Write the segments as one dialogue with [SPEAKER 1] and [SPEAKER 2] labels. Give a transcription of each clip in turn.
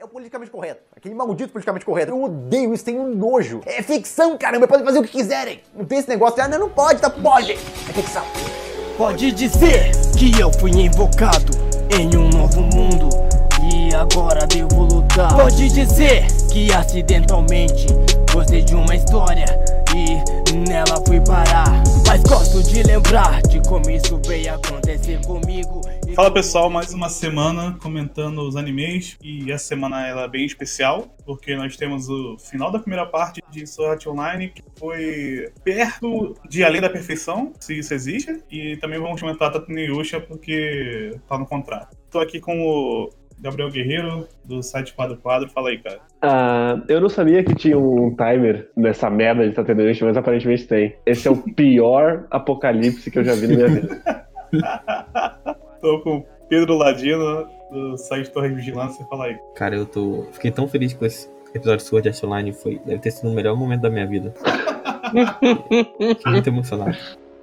[SPEAKER 1] É politicamente correto. Aquele maldito politicamente correto. Eu odeio isso, tenho nojo. É ficção, caramba, podem fazer o que quiserem. Não tem esse negócio de, ah, não, não pode, tá? Pode. É ficção.
[SPEAKER 2] Pode dizer que eu fui invocado em um novo mundo e agora devo lutar. Pode dizer que acidentalmente gostei de uma história e nela fui parar. Mas gosto de lembrar de como isso veio acontecer comigo. e
[SPEAKER 3] Fala
[SPEAKER 2] como-
[SPEAKER 3] pessoal, mais uma semana comentando os animes e essa semana ela é bem especial porque nós temos o final da primeira parte de Sword Art Online que foi perto de Além da Perfeição, se isso existe, e também vamos comentar Tatu Yusha porque tá no contrato. Tô aqui com o Gabriel Guerreiro do site Quadro Quadro, fala aí cara.
[SPEAKER 4] Ah, eu não sabia que tinha um timer nessa merda de Tatenuish, mas aparentemente tem. Esse é o pior apocalipse que eu já vi na minha vida.
[SPEAKER 3] Tô com o Pedro Ladino do site Torre Vigilância, fala aí.
[SPEAKER 5] Cara, eu tô. Fiquei tão feliz com esse episódio de Sword Art Online. Foi... Deve ter sido o melhor momento da minha vida. Fiquei muito emocionado.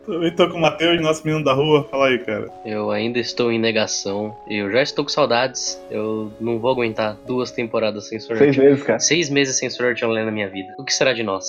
[SPEAKER 3] Também tô com o Matheus, nosso menino da rua, fala aí cara.
[SPEAKER 6] Eu ainda estou em negação. Eu já estou com saudades. Eu não vou aguentar duas temporadas sem Sword
[SPEAKER 4] Seis
[SPEAKER 6] Art.
[SPEAKER 4] meses, cara.
[SPEAKER 6] Seis meses sem Sword Art Online na minha vida. O que será de nós?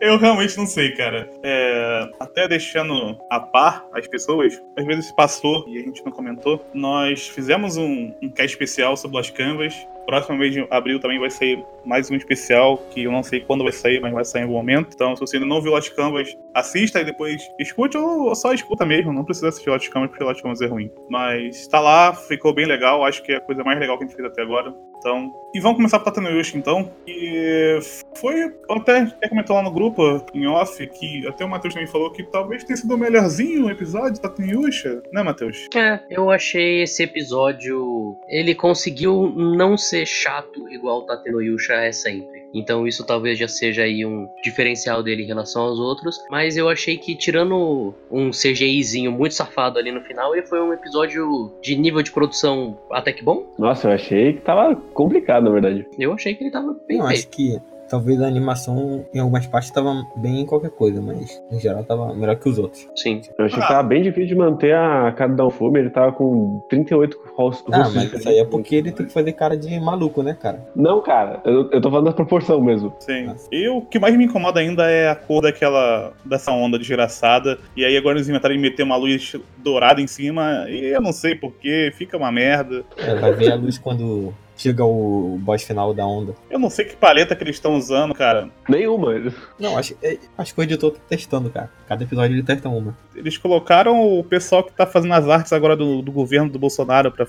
[SPEAKER 3] Eu realmente não sei, cara. É, até deixando a par as pessoas, às vezes passou e a gente não comentou. Nós fizemos um, um cast especial sobre Las Canvas. Próximo mês de abril também vai sair mais um especial, que eu não sei quando vai sair, mas vai sair em algum momento. Então, se você ainda não viu Las Canvas, assista e depois escute ou, ou só escuta mesmo. Não precisa assistir Las Canvas, porque Las Canvas é ruim. Mas tá lá, ficou bem legal. Acho que é a coisa mais legal que a gente fez até agora. Então, e vamos começar por Tatano Yoshi, então. E foi, eu até, até comentou lá no grupo, em off, que até o Matheus também falou que talvez tenha sido o melhorzinho o episódio da Yusha, né, Matheus?
[SPEAKER 6] É, eu achei esse episódio. Ele conseguiu não ser chato igual o Tatenoyusha é sempre. Então isso talvez já seja aí um diferencial dele em relação aos outros. Mas eu achei que tirando um CGIzinho muito safado ali no final, ele foi um episódio de nível de produção até que bom.
[SPEAKER 4] Nossa, eu achei que tava complicado, na verdade.
[SPEAKER 6] Eu achei que ele tava bem
[SPEAKER 5] Eu
[SPEAKER 6] feito.
[SPEAKER 5] acho que talvez a animação em algumas partes tava bem em qualquer coisa, mas em geral tava melhor que os outros.
[SPEAKER 6] Sim.
[SPEAKER 4] Eu achei que tava bem difícil de manter a cara do Downfume, ele tava com 38 rostos.
[SPEAKER 5] Ah,
[SPEAKER 4] rostos
[SPEAKER 5] mas
[SPEAKER 4] diferentes.
[SPEAKER 5] isso aí é porque ele tem que fazer cara de maluco, né, cara?
[SPEAKER 4] Não, cara, eu, eu tô falando da proporção mesmo.
[SPEAKER 3] Sim.
[SPEAKER 5] Nossa.
[SPEAKER 3] E o que mais me incomoda ainda é a cor daquela. dessa onda desgraçada. E aí agora eles inventaram de meter uma luz dourada em cima. E eu não sei porquê, fica uma merda.
[SPEAKER 5] É, vai ver a luz quando chega o boss final da onda.
[SPEAKER 3] Eu não sei que paleta que eles estão usando, cara.
[SPEAKER 4] Nenhuma.
[SPEAKER 5] Não, acho, é, acho que o editor tá testando, cara. Cada episódio ele testa uma.
[SPEAKER 3] Eles colocaram o pessoal que tá fazendo as artes agora do, do governo do Bolsonaro pra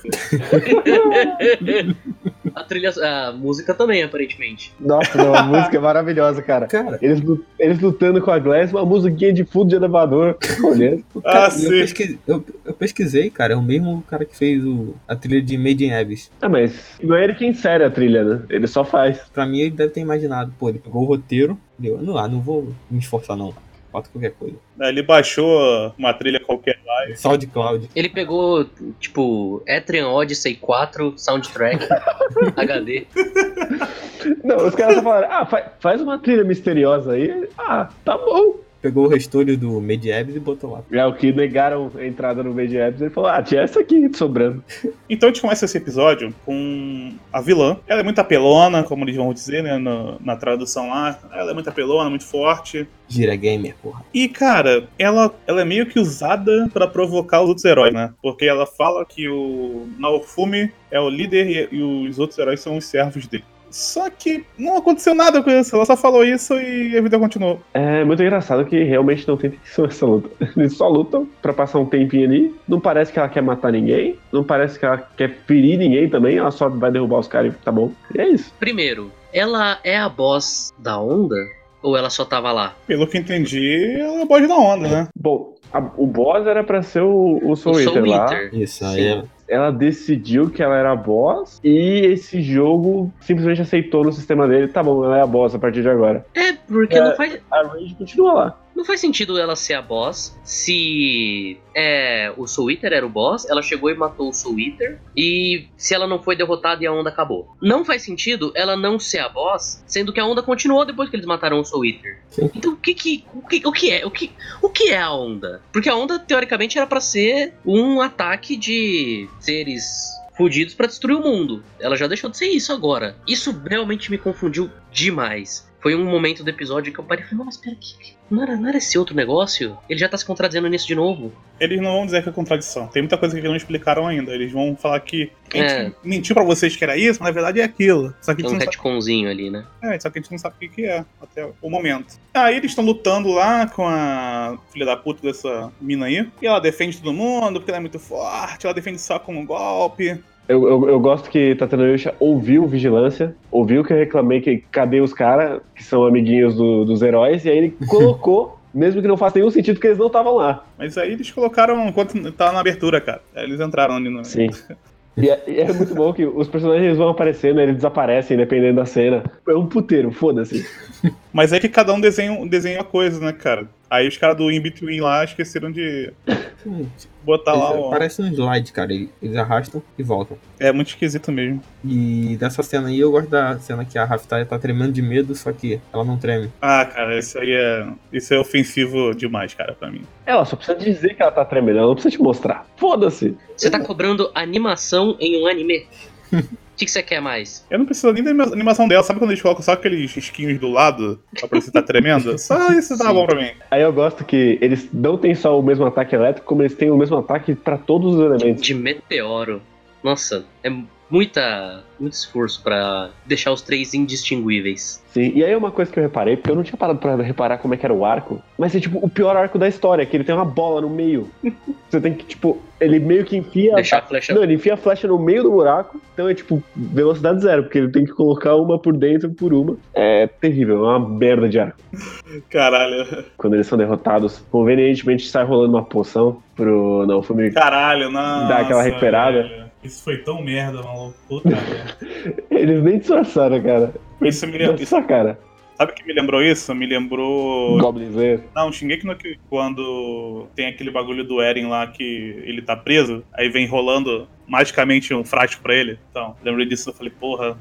[SPEAKER 6] A trilha. A música também, aparentemente.
[SPEAKER 4] Nossa, não, a música é maravilhosa, cara.
[SPEAKER 5] Cara,
[SPEAKER 4] Eles, lu- eles lutando com a Glass, uma musiquinha de fundo de elevador. Olhando.
[SPEAKER 3] Ah,
[SPEAKER 5] cara, eu,
[SPEAKER 3] sim.
[SPEAKER 5] pesquisei, eu, eu pesquisei, cara. É o mesmo cara que fez o- a trilha de Made in Abyss.
[SPEAKER 4] Ah, mas não é ele quem insere a trilha, né? Ele só faz.
[SPEAKER 5] Pra mim, ele deve ter imaginado, pô, ele pegou o roteiro, deu, não, ah, não vou me esforçar não, bota qualquer coisa.
[SPEAKER 3] Aí Ele baixou uma trilha qualquer.
[SPEAKER 5] SoundCloud,
[SPEAKER 6] Ele pegou, tipo, Etrian Odyssey 4, soundtrack, HD.
[SPEAKER 4] Não, os caras só falaram, ah, fa- faz uma trilha misteriosa aí. Ah, tá bom.
[SPEAKER 5] pegou o restolho do Medieves e botou lá.
[SPEAKER 4] É o que negaram a entrada no Made Apps, ele falou, ah, tinha essa aqui sobrando.
[SPEAKER 3] Então a gente começa esse episódio com a vilã. Ela é muito apelona, como eles vão dizer, né? no- na tradução lá. Ela é muito apelona, muito forte.
[SPEAKER 5] Gira Gamer, porra.
[SPEAKER 3] E, cara, ela, ela é meio que usada pra provocar os outros heróis, né? Porque ela fala que o Naofumi é o líder e, e os outros heróis são os servos dele. Só que não aconteceu nada com isso. Ela só falou isso e a vida continuou.
[SPEAKER 4] É muito engraçado que realmente não tem ficção essa luta. Eles só lutam pra passar um tempinho ali. Não parece que ela quer matar ninguém. Não parece que ela quer ferir ninguém também. Ela só vai derrubar os caras e tá bom. E é isso.
[SPEAKER 6] Primeiro, ela é a boss da onda? Ou ela só tava lá?
[SPEAKER 3] Pelo que entendi, ela é o bode da onda, né?
[SPEAKER 4] Bom, a- o boss era pra ser o, o Soul
[SPEAKER 6] o Soul
[SPEAKER 4] Eater lá.
[SPEAKER 6] Eater.
[SPEAKER 5] Isso,
[SPEAKER 6] Sim.
[SPEAKER 5] aí é-
[SPEAKER 4] ela decidiu que ela era a boss e esse jogo simplesmente aceitou no sistema dele, tá bom, ela é a boss a partir de agora.
[SPEAKER 6] É, porque
[SPEAKER 4] É.
[SPEAKER 6] Não, faz,
[SPEAKER 4] A Rage continua lá.
[SPEAKER 6] não faz sentido ela ser a boss se é, o Soul Eater era o boss, ela chegou e matou o Soul Eater, e se ela não foi derrotada e a onda acabou. Não faz sentido ela não ser a boss, sendo que a onda continuou depois que eles mataram o Soul Eater.
[SPEAKER 5] Sim.
[SPEAKER 6] Então o que que, o que, o que é? O que, o que é a onda? Porque a onda, teoricamente, era pra ser um ataque de seres fudidos pra destruir o mundo. Ela já deixou de ser isso agora. Isso realmente me confundiu demais. Foi um momento do episódio que eu parei e falei, não, mas pera, que, que- não, era, não era esse outro negócio? Ele já tá se contradizendo nisso de novo. um
[SPEAKER 3] Eles não vão dizer que é contradição. Tem muita coisa que eles não explicaram ainda. Eles vão falar que a
[SPEAKER 6] É.
[SPEAKER 3] gente mentiu pra vocês que era isso, mas na verdade é aquilo. Só que a
[SPEAKER 6] Tem
[SPEAKER 3] gente
[SPEAKER 6] um
[SPEAKER 3] não sabe
[SPEAKER 6] retconzinho ali, né?
[SPEAKER 3] É, só que a gente não sabe o que que é até o momento. Aí eles estão lutando lá com a filha da puta dessa mina aí. E ela defende todo mundo, porque ela é muito forte, ela defende só com um golpe.
[SPEAKER 4] Eu, eu, eu gosto que Tatano Yusha ouviu Vigilância, ouviu que eu reclamei que cadê os caras, que são amiguinhos do- dos heróis, e aí ele colocou, mesmo que não faça nenhum sentido, que eles não estavam lá.
[SPEAKER 3] Mas aí eles colocaram enquanto tá na abertura, cara. Aí eles entraram ali no.
[SPEAKER 4] Sim. E é, e é muito bom que os personagens eles vão aparecendo, né, eles desaparecem, dependendo da cena. É um puteiro, foda-se.
[SPEAKER 3] Mas é que cada um desenha, um- desenha uma coisa, né, cara? Aí os caras do In-Between lá esqueceram de botar Tá lá
[SPEAKER 5] hum, Eles-
[SPEAKER 3] o.
[SPEAKER 5] Parece um slide, cara. Eles eles arrastam e voltam.
[SPEAKER 3] É muito esquisito mesmo.
[SPEAKER 5] E dessa cena aí, eu gosto da cena que a Raftaria tá tremendo de medo, só que ela não treme.
[SPEAKER 3] Ah, cara, isso aí é. Isso é ofensivo demais, cara, pra mim.
[SPEAKER 4] Ela só precisa dizer que ela tá tremendo, ela não precisa te mostrar. Foda-se.
[SPEAKER 6] Você tá cobrando animação em um anime? O que, que você quer mais?
[SPEAKER 3] Eu não preciso nem da anima- animação dela. Sabe quando eles colocam só aqueles risquinhos do lado pra parecer que tá tremendo? Só isso tá
[SPEAKER 6] Sim.
[SPEAKER 3] bom pra mim.
[SPEAKER 4] Aí eu gosto que eles não têm só o mesmo ataque elétrico, como eles têm o mesmo ataque pra todos os elementos.
[SPEAKER 6] De meteoro. Nossa, é muita, muito esforço pra deixar os três indistinguíveis.
[SPEAKER 4] Sim, e aí é uma coisa que eu reparei, porque eu não tinha parado pra reparar como é que era o arco, mas é tipo o pior arco da história, que ele tem uma bola no meio. Você tem que, tipo, ele meio que enfia.
[SPEAKER 6] Deixar a flecha
[SPEAKER 4] Não, ele enfia a flecha no meio do buraco, então é tipo velocidade zero, porque ele tem que colocar uma por dentro por uma. É terrível, é uma merda de arco.
[SPEAKER 3] Caralho.
[SPEAKER 4] Quando eles são derrotados, convenientemente sai rolando uma poção pro Naofumi.
[SPEAKER 3] Caralho, não.
[SPEAKER 4] Dá aquela recuperada.
[SPEAKER 3] Isso foi tão merda, maluco. Puta merda.
[SPEAKER 4] Eles nem disfarçaram, cara.
[SPEAKER 3] Isso me lembra.
[SPEAKER 4] Só, cara.
[SPEAKER 3] Sabe o que me lembrou isso? Me lembrou.
[SPEAKER 4] Goblin Slayer.
[SPEAKER 3] Não, Shingeki no Kyojin, quando tem aquele bagulho do Eren lá que ele tá preso, aí vem rolando magicamente um frasco pra ele. Então, lembrei disso, eu falei, porra,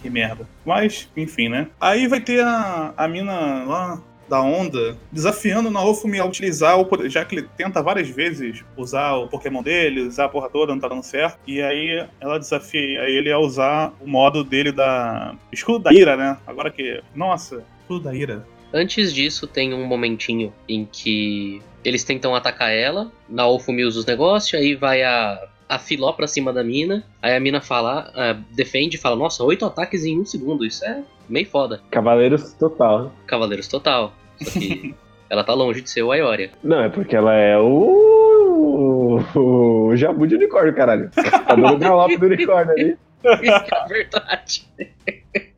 [SPEAKER 3] que merda. Mas, enfim, né? Aí vai ter a, a mina lá da onda desafiando o Naofumi a utilizar o poder, já que ele tenta várias vezes usar o Pokémon dele, usar a porra toda, não tá dando certo. E aí ela desafia ele a usar o modo dele da escudo da ira, né? Agora que, nossa, escudo da ira.
[SPEAKER 6] Antes disso, tem um momentinho em que eles tentam atacar ela, Naofumi usa os negócios, aí vai a, a Filó pra cima da mina, aí a mina fala, ah, defende e fala, nossa, oito ataques em um segundo, isso é meio foda.
[SPEAKER 4] Cavaleiros total.
[SPEAKER 6] Cavaleiros total. Só que ela tá longe de ser o Aioria.
[SPEAKER 4] Não, é porque ela é o. o Jabu de unicórnio, caralho. Tá dando galope do unicórnio ali.
[SPEAKER 6] é verdade.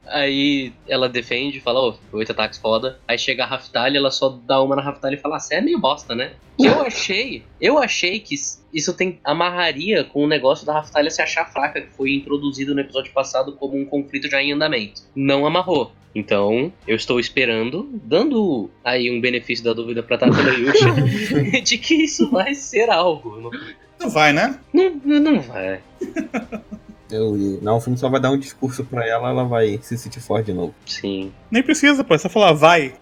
[SPEAKER 6] Aí ela defende, fala, ô, oito ataques foda. Aí chega a Raftalha, ela só dá uma na Raftalha e fala, ah, você é meio bosta, né? Que eu achei, eu achei que s- isso tem amarraria com o negócio da Raftalha se achar fraca, que foi introduzido no episódio passado como um conflito já em andamento. Não amarrou. Então, eu estou esperando, dando aí um benefício da dúvida pra Tata Yusha, de que isso vai ser algo.
[SPEAKER 3] Não vai, né?
[SPEAKER 6] Não, não, não vai.
[SPEAKER 5] Eu, e na Alfim só vai dar um discurso pra ela, ela vai se sentir forte de novo.
[SPEAKER 6] Sim.
[SPEAKER 3] Nem precisa, pô. É só falar vai.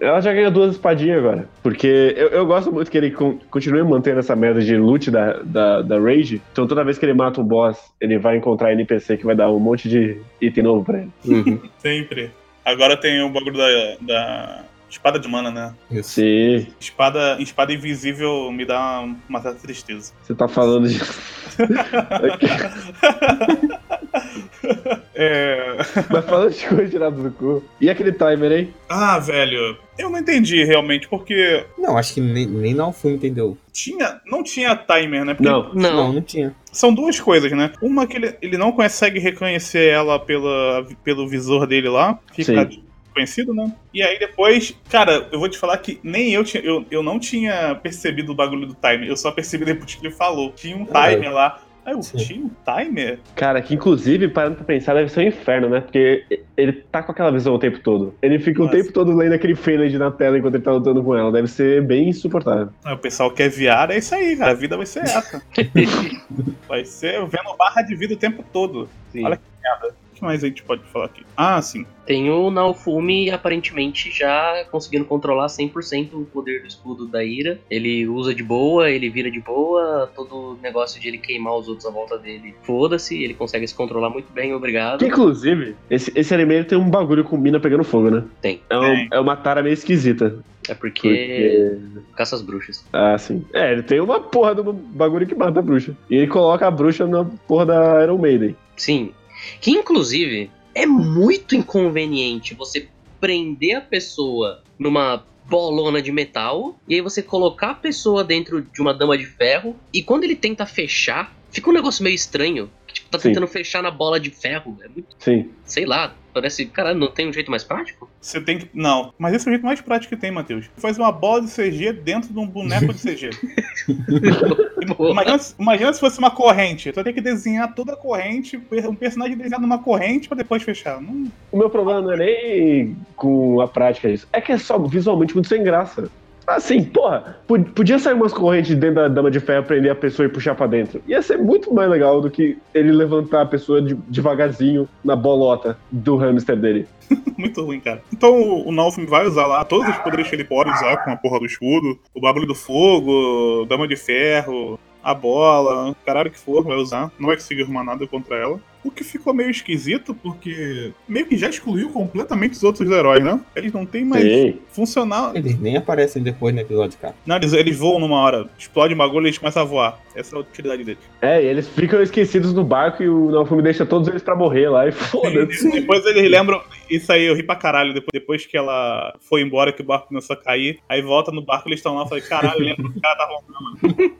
[SPEAKER 4] Ela já ganhou duas espadinhas agora. Porque eu, eu gosto muito que ele con- continue mantendo essa merda de loot da, da, da Rage. Então toda vez que ele mata um boss, ele vai encontrar NPC que vai dar um monte de item novo pra ele.
[SPEAKER 6] Uhum.
[SPEAKER 3] Sempre. Agora tem o bagulho da, da espada de mana, né?
[SPEAKER 5] Isso.
[SPEAKER 4] Sim,
[SPEAKER 3] Espada, espada invisível me dá uma certa tristeza.
[SPEAKER 4] você tá falando de.
[SPEAKER 3] É...
[SPEAKER 4] Mas tá falando de coisa tirada do cu. E aquele timer, hein?
[SPEAKER 3] Ah, velho. Eu não entendi realmente, porque
[SPEAKER 5] Não, acho que nem, nem na Alfim entendeu.
[SPEAKER 3] tinha, não tinha timer, né? Porque
[SPEAKER 4] Não.
[SPEAKER 6] Não.
[SPEAKER 5] não, não tinha.
[SPEAKER 3] São duas coisas, né? Uma que ele, ele não consegue reconhecer ela pela, pelo visor dele lá. Fica conhecido, né? E aí depois, cara, eu vou te falar que nem eu tinha. Eu, eu não tinha percebido o bagulho do timer. Eu só percebi depois que ele falou. Tinha um
[SPEAKER 5] Ah,
[SPEAKER 3] timer lá. Aí eu,
[SPEAKER 5] Sim.
[SPEAKER 3] tinha um timer?
[SPEAKER 4] Cara, que inclusive, parando pra pensar, deve ser um inferno, né? Porque ele tá com aquela visão o tempo todo. Ele fica
[SPEAKER 3] Nossa.
[SPEAKER 4] o tempo todo lendo aquele fade na tela enquanto ele tá lutando com ela. Deve ser bem insuportável.
[SPEAKER 3] Aí o pessoal quer viar, é isso aí, cara. A vida vai ser essa. vai ser vendo barra de vida o tempo todo.
[SPEAKER 6] Sim.
[SPEAKER 3] Olha que merda. que mais a gente pode falar aqui? Ah, sim.
[SPEAKER 6] Tem o Naofumi aparentemente já conseguindo controlar 100% o poder do escudo da ira. Ele usa de boa, ele vira de boa, todo o negócio de ele queimar os outros à volta dele, foda-se, ele consegue se controlar muito bem, obrigado.
[SPEAKER 4] Que, inclusive, esse, esse anime tem um bagulho com mina pegando fogo, né?
[SPEAKER 6] Tem.
[SPEAKER 4] É, um-
[SPEAKER 3] Tem.
[SPEAKER 4] é uma tara meio esquisita.
[SPEAKER 6] É porque
[SPEAKER 4] Porque.
[SPEAKER 6] caça as bruxas.
[SPEAKER 4] Ah, sim. É, ele tem uma porra do bagulho que mata a bruxa. E ele coloca a bruxa na porra da Iron Maiden.
[SPEAKER 6] Sim. Que inclusive é muito inconveniente você prender a pessoa numa bolona de metal e aí você colocar a pessoa dentro de uma dama de ferro e quando ele tenta fechar, fica um negócio meio estranho. que, Tipo, tá
[SPEAKER 4] Sim.
[SPEAKER 6] tentando fechar na bola de ferro. É muito,
[SPEAKER 4] Sim.
[SPEAKER 6] sei lá, parece, cara, não tem um jeito mais prático?
[SPEAKER 3] Você tem que. Não, mas esse é o jeito mais prático que tem, Matheus. Faz uma bola de CG dentro de um boneco de CG.
[SPEAKER 6] Tipo,
[SPEAKER 3] Imagina, se- imagina se fosse uma corrente. Tu vai ter que desenhar toda a corrente, um personagem desenhado numa corrente pra depois fechar. Não-
[SPEAKER 4] O meu problema não é nem com a prática disso. É que é só visualmente muito sem graça. Assim, porra, po- podia sair umas correntes dentro da dama de ferro, prender a pessoa e puxar pra dentro. Ia ser muito mais legal do que ele levantar a pessoa de- devagarzinho na bolota do hamster dele.
[SPEAKER 3] muito ruim, cara. Então o, o Nalfim vai usar lá todos os poderes que ele pode usar com a porra do escudo, o bagulho do fogo, dama de ferro, a bola, o caralho que for, vai usar. Não vai conseguir arrumar nada contra ela. O que ficou meio esquisito, porque meio que já excluiu completamente os outros heróis, né? Eles não têm mais
[SPEAKER 4] Sim.
[SPEAKER 3] funcional.
[SPEAKER 5] Eles nem aparecem depois no episódio, cara.
[SPEAKER 3] Não, eles, eles voam numa hora, explode um bagulho e eles começam a voar. Essa é a utilidade deles.
[SPEAKER 4] É, e eles ficam esquecidos no barco e o Naofumi deixa todos eles pra morrer lá e foda-se.
[SPEAKER 3] Depois eles lembram. Isso aí, eu ri pra caralho. Depois, depois que ela foi embora, que o barco começou a cair. Aí volta no barco, eles estão lá. Eu falei, caralho, lembra que o cara tava roubando.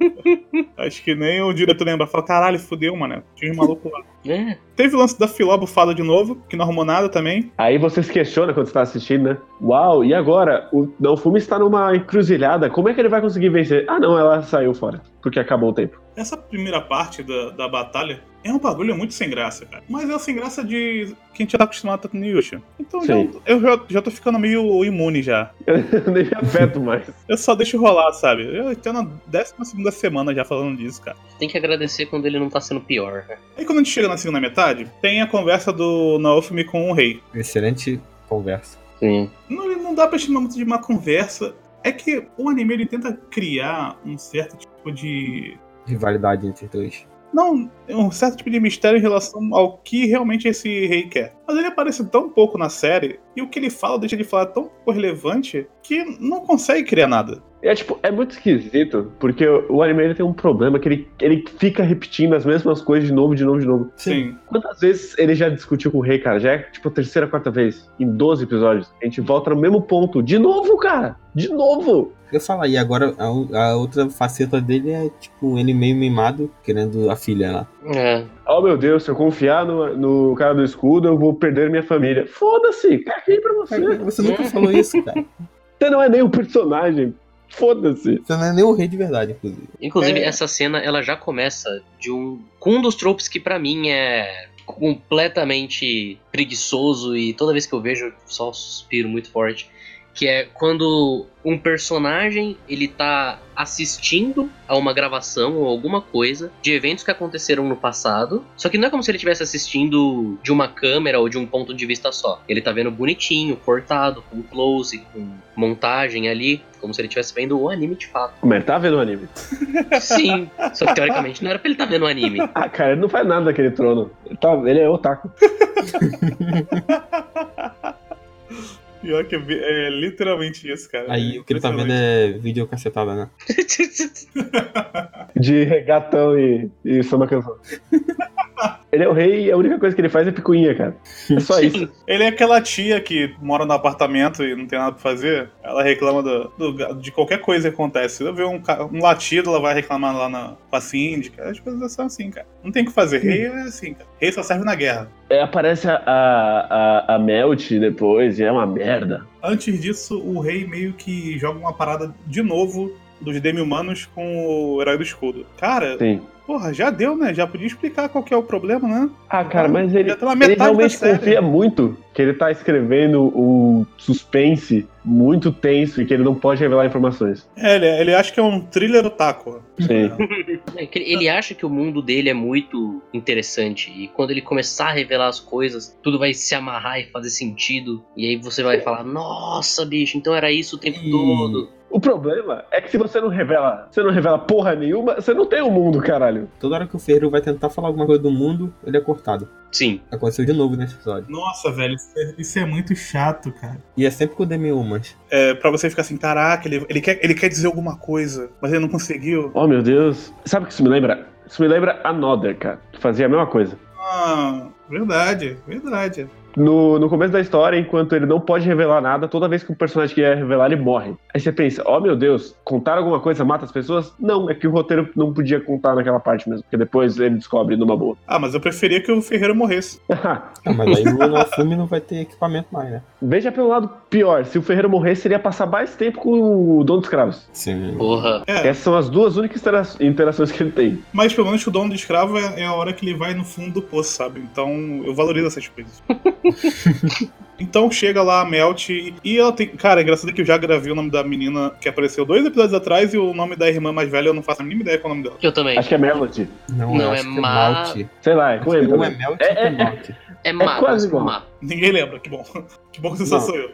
[SPEAKER 3] mano. Acho que nem o diretor lembra. Fala, caralho, fudeu, mano. Tinha um maluco lá.
[SPEAKER 6] É.
[SPEAKER 3] Teve o lance da Filó bufada de novo, que não arrumou nada também.
[SPEAKER 4] Aí você se questiona quando você tá assistindo, né? Uau, e agora? O Naofumi está numa encruzilhada, como é que ele vai conseguir vencer? Ah não, ela saiu fora, porque acabou o tempo.
[SPEAKER 3] Essa primeira parte da, da batalha é um bagulho muito sem graça, cara. Mas é o sem graça de quem já tá acostumado tanto no Yusha. Então já-
[SPEAKER 4] Sim.
[SPEAKER 3] eu já, já tô ficando meio imune já.
[SPEAKER 4] Eu nem me afeto mais.
[SPEAKER 3] Eu só deixo rolar, sabe? Eu tô na 12 segunda semana já falando disso, cara.
[SPEAKER 6] Tem que agradecer quando ele não tá sendo pior, né?
[SPEAKER 3] Aí quando a gente chega na segunda metade, tem a conversa do Naofumi com o rei.
[SPEAKER 5] Excelente conversa.
[SPEAKER 6] Sim.
[SPEAKER 3] Não, não dá pra chamar muito de uma conversa. É que o anime ele tenta criar um certo tipo de.
[SPEAKER 5] Rivalidade entre os dois.
[SPEAKER 3] Não, um certo tipo de mistério em relação ao que realmente esse rei quer. Mas ele aparece tão pouco na série, e o que ele fala deixa de falar tão pouco relevante, que não consegue criar nada.
[SPEAKER 4] É tipo, é muito esquisito, porque o anime ele tem um problema que ele, ele fica repetindo as mesmas coisas de novo, de novo, de novo.
[SPEAKER 3] Sim.
[SPEAKER 4] Quantas vezes ele já discutiu com o rei, cara? Já é tipo a terceira, quarta vez, em 12 episódios. A gente volta no mesmo ponto, de novo, cara! De novo!
[SPEAKER 5] Eu falo aí, agora a, o- a outra faceta dele é tipo ele meio mimado, querendo a filha lá.
[SPEAKER 6] É.
[SPEAKER 4] Oh meu Deus, se eu confiar no, no cara do escudo, eu vou perder minha família. Foda-se, caguei pra você.
[SPEAKER 5] Cara, Você nunca falou isso, cara.
[SPEAKER 4] Você não é nem o personagem. Foda-se.
[SPEAKER 5] Você não é nem o rei de verdade, inclusive.
[SPEAKER 6] Inclusive,
[SPEAKER 4] É.
[SPEAKER 6] essa cena ela já começa de um com um dos tropes que pra mim é completamente preguiçoso e toda vez que eu vejo eu só suspiro muito forte, que é quando um personagem ele tá assistindo a uma gravação ou alguma coisa de eventos que aconteceram no passado, só que não é como se ele estivesse assistindo de uma câmera ou de um ponto de vista só. Ele tá vendo bonitinho, cortado, com close, com montagem ali, como se ele estivesse vendo o anime de fato.
[SPEAKER 4] Como é? Tá vendo o anime?
[SPEAKER 6] Sim, só que teoricamente não era pra ele estar vendo o anime.
[SPEAKER 4] Ah, cara, ele não faz nada daquele trono. Ele, tá, ele é otaku.
[SPEAKER 3] Pior que é, vi- é literalmente isso, cara.
[SPEAKER 5] Aí
[SPEAKER 3] É
[SPEAKER 5] o que ele tá vendo é vídeo cacetada, né?
[SPEAKER 4] De regatão e, e samba canção. ele é o rei e a única coisa que ele faz é picuinha, cara. É só isso.
[SPEAKER 3] Ele é aquela tia que mora no apartamento e não tem nada pra fazer. Ela reclama do- do ga- de qualquer coisa que acontece. Ela vê um, ca- um latido, ela vai reclamar lá na, com a síndica. As coisas são assim, cara. Não tem o que fazer. Rei é assim, cara. Rei só serve na guerra.
[SPEAKER 4] É, aparece a, a, a, a Melt depois e é uma merda.
[SPEAKER 3] Antes disso, o rei meio que joga uma parada de novo dos demi-humanos com o herói do escudo. Cara,
[SPEAKER 4] Sim.
[SPEAKER 3] Porra, já deu, né? Já podia explicar qual que é o problema, né?
[SPEAKER 4] Ah, cara, mas ele,
[SPEAKER 3] Já tá na
[SPEAKER 4] ele
[SPEAKER 3] metade
[SPEAKER 4] realmente
[SPEAKER 3] da série.
[SPEAKER 4] confia muito que ele tá escrevendo um suspense muito tenso e que ele não pode revelar informações.
[SPEAKER 3] É, ele, ele acha que é um thriller otaku.
[SPEAKER 4] Sim.
[SPEAKER 6] É que ele- ele acha que o mundo dele é muito interessante e quando ele começar a revelar as coisas, tudo vai se amarrar e fazer sentido. E aí você vai falar: Nossa, bicho, então era isso o tempo
[SPEAKER 5] Ih.
[SPEAKER 6] todo.
[SPEAKER 4] O problema é que se você não revela, você não revela porra nenhuma, você não tem o mundo, caralho.
[SPEAKER 5] Toda hora que o Ferreiro vai tentar falar alguma coisa do mundo, ele é cortado.
[SPEAKER 6] Sim,
[SPEAKER 5] Aconteceu de novo nesse episódio.
[SPEAKER 3] Nossa, velho, isso é, isso é muito chato, cara.
[SPEAKER 5] E é sempre com o Demi Humans.
[SPEAKER 3] É, pra você ficar assim, caraca, ele, ele, quer, ele quer dizer alguma coisa, mas ele não conseguiu.
[SPEAKER 4] Oh, meu Deus. Sabe o que isso me lembra? Isso me lembra Another, cara, que fazia a mesma coisa.
[SPEAKER 3] Ah, verdade, verdade.
[SPEAKER 4] No, no começo da história, enquanto ele não pode revelar nada, toda vez que o personagem quer revelar, ele morre. Aí você pensa, oh meu Deus, contar alguma coisa mata as pessoas? Não, é que o roteiro não podia contar naquela parte mesmo, porque depois ele descobre numa boa.
[SPEAKER 3] Ah, mas eu preferia que o Ferreiro morresse.
[SPEAKER 5] Ah, mas aí o novo filme não vai ter equipamento mais, né?
[SPEAKER 4] Veja pelo lado pior, se o Ferreiro morresse, ele ia passar mais tempo com o dono dos cravos.
[SPEAKER 5] Sim.
[SPEAKER 6] porra.
[SPEAKER 3] É,
[SPEAKER 4] Essas são as duas únicas intera- interações que ele tem.
[SPEAKER 3] mas pelo menos o dono do escravo é, é a hora que ele vai no fundo do poço, sabe? Então eu valorizo essas coisas. Então chega lá a Melt e ela tem. Cara, é engraçado que eu já gravei o nome da menina que apareceu dois episódios atrás e o nome da irmã mais velha eu não faço a mínima ideia qual é o nome dela.
[SPEAKER 6] Eu também.
[SPEAKER 4] Acho que é Melody.
[SPEAKER 5] Não,
[SPEAKER 6] Não,
[SPEAKER 5] eu
[SPEAKER 6] é
[SPEAKER 5] acho que é
[SPEAKER 6] Ma-
[SPEAKER 5] Malte.
[SPEAKER 4] Sei lá, é com ele.
[SPEAKER 5] Ou é
[SPEAKER 4] também.
[SPEAKER 5] Melt ou
[SPEAKER 4] É,
[SPEAKER 5] é
[SPEAKER 4] é,
[SPEAKER 5] Malte.
[SPEAKER 6] É
[SPEAKER 4] quase
[SPEAKER 6] má, acho que é
[SPEAKER 4] igual.
[SPEAKER 6] má.
[SPEAKER 3] Ninguém lembra, que bom. Que bom que você só
[SPEAKER 5] Não.
[SPEAKER 3] sou eu.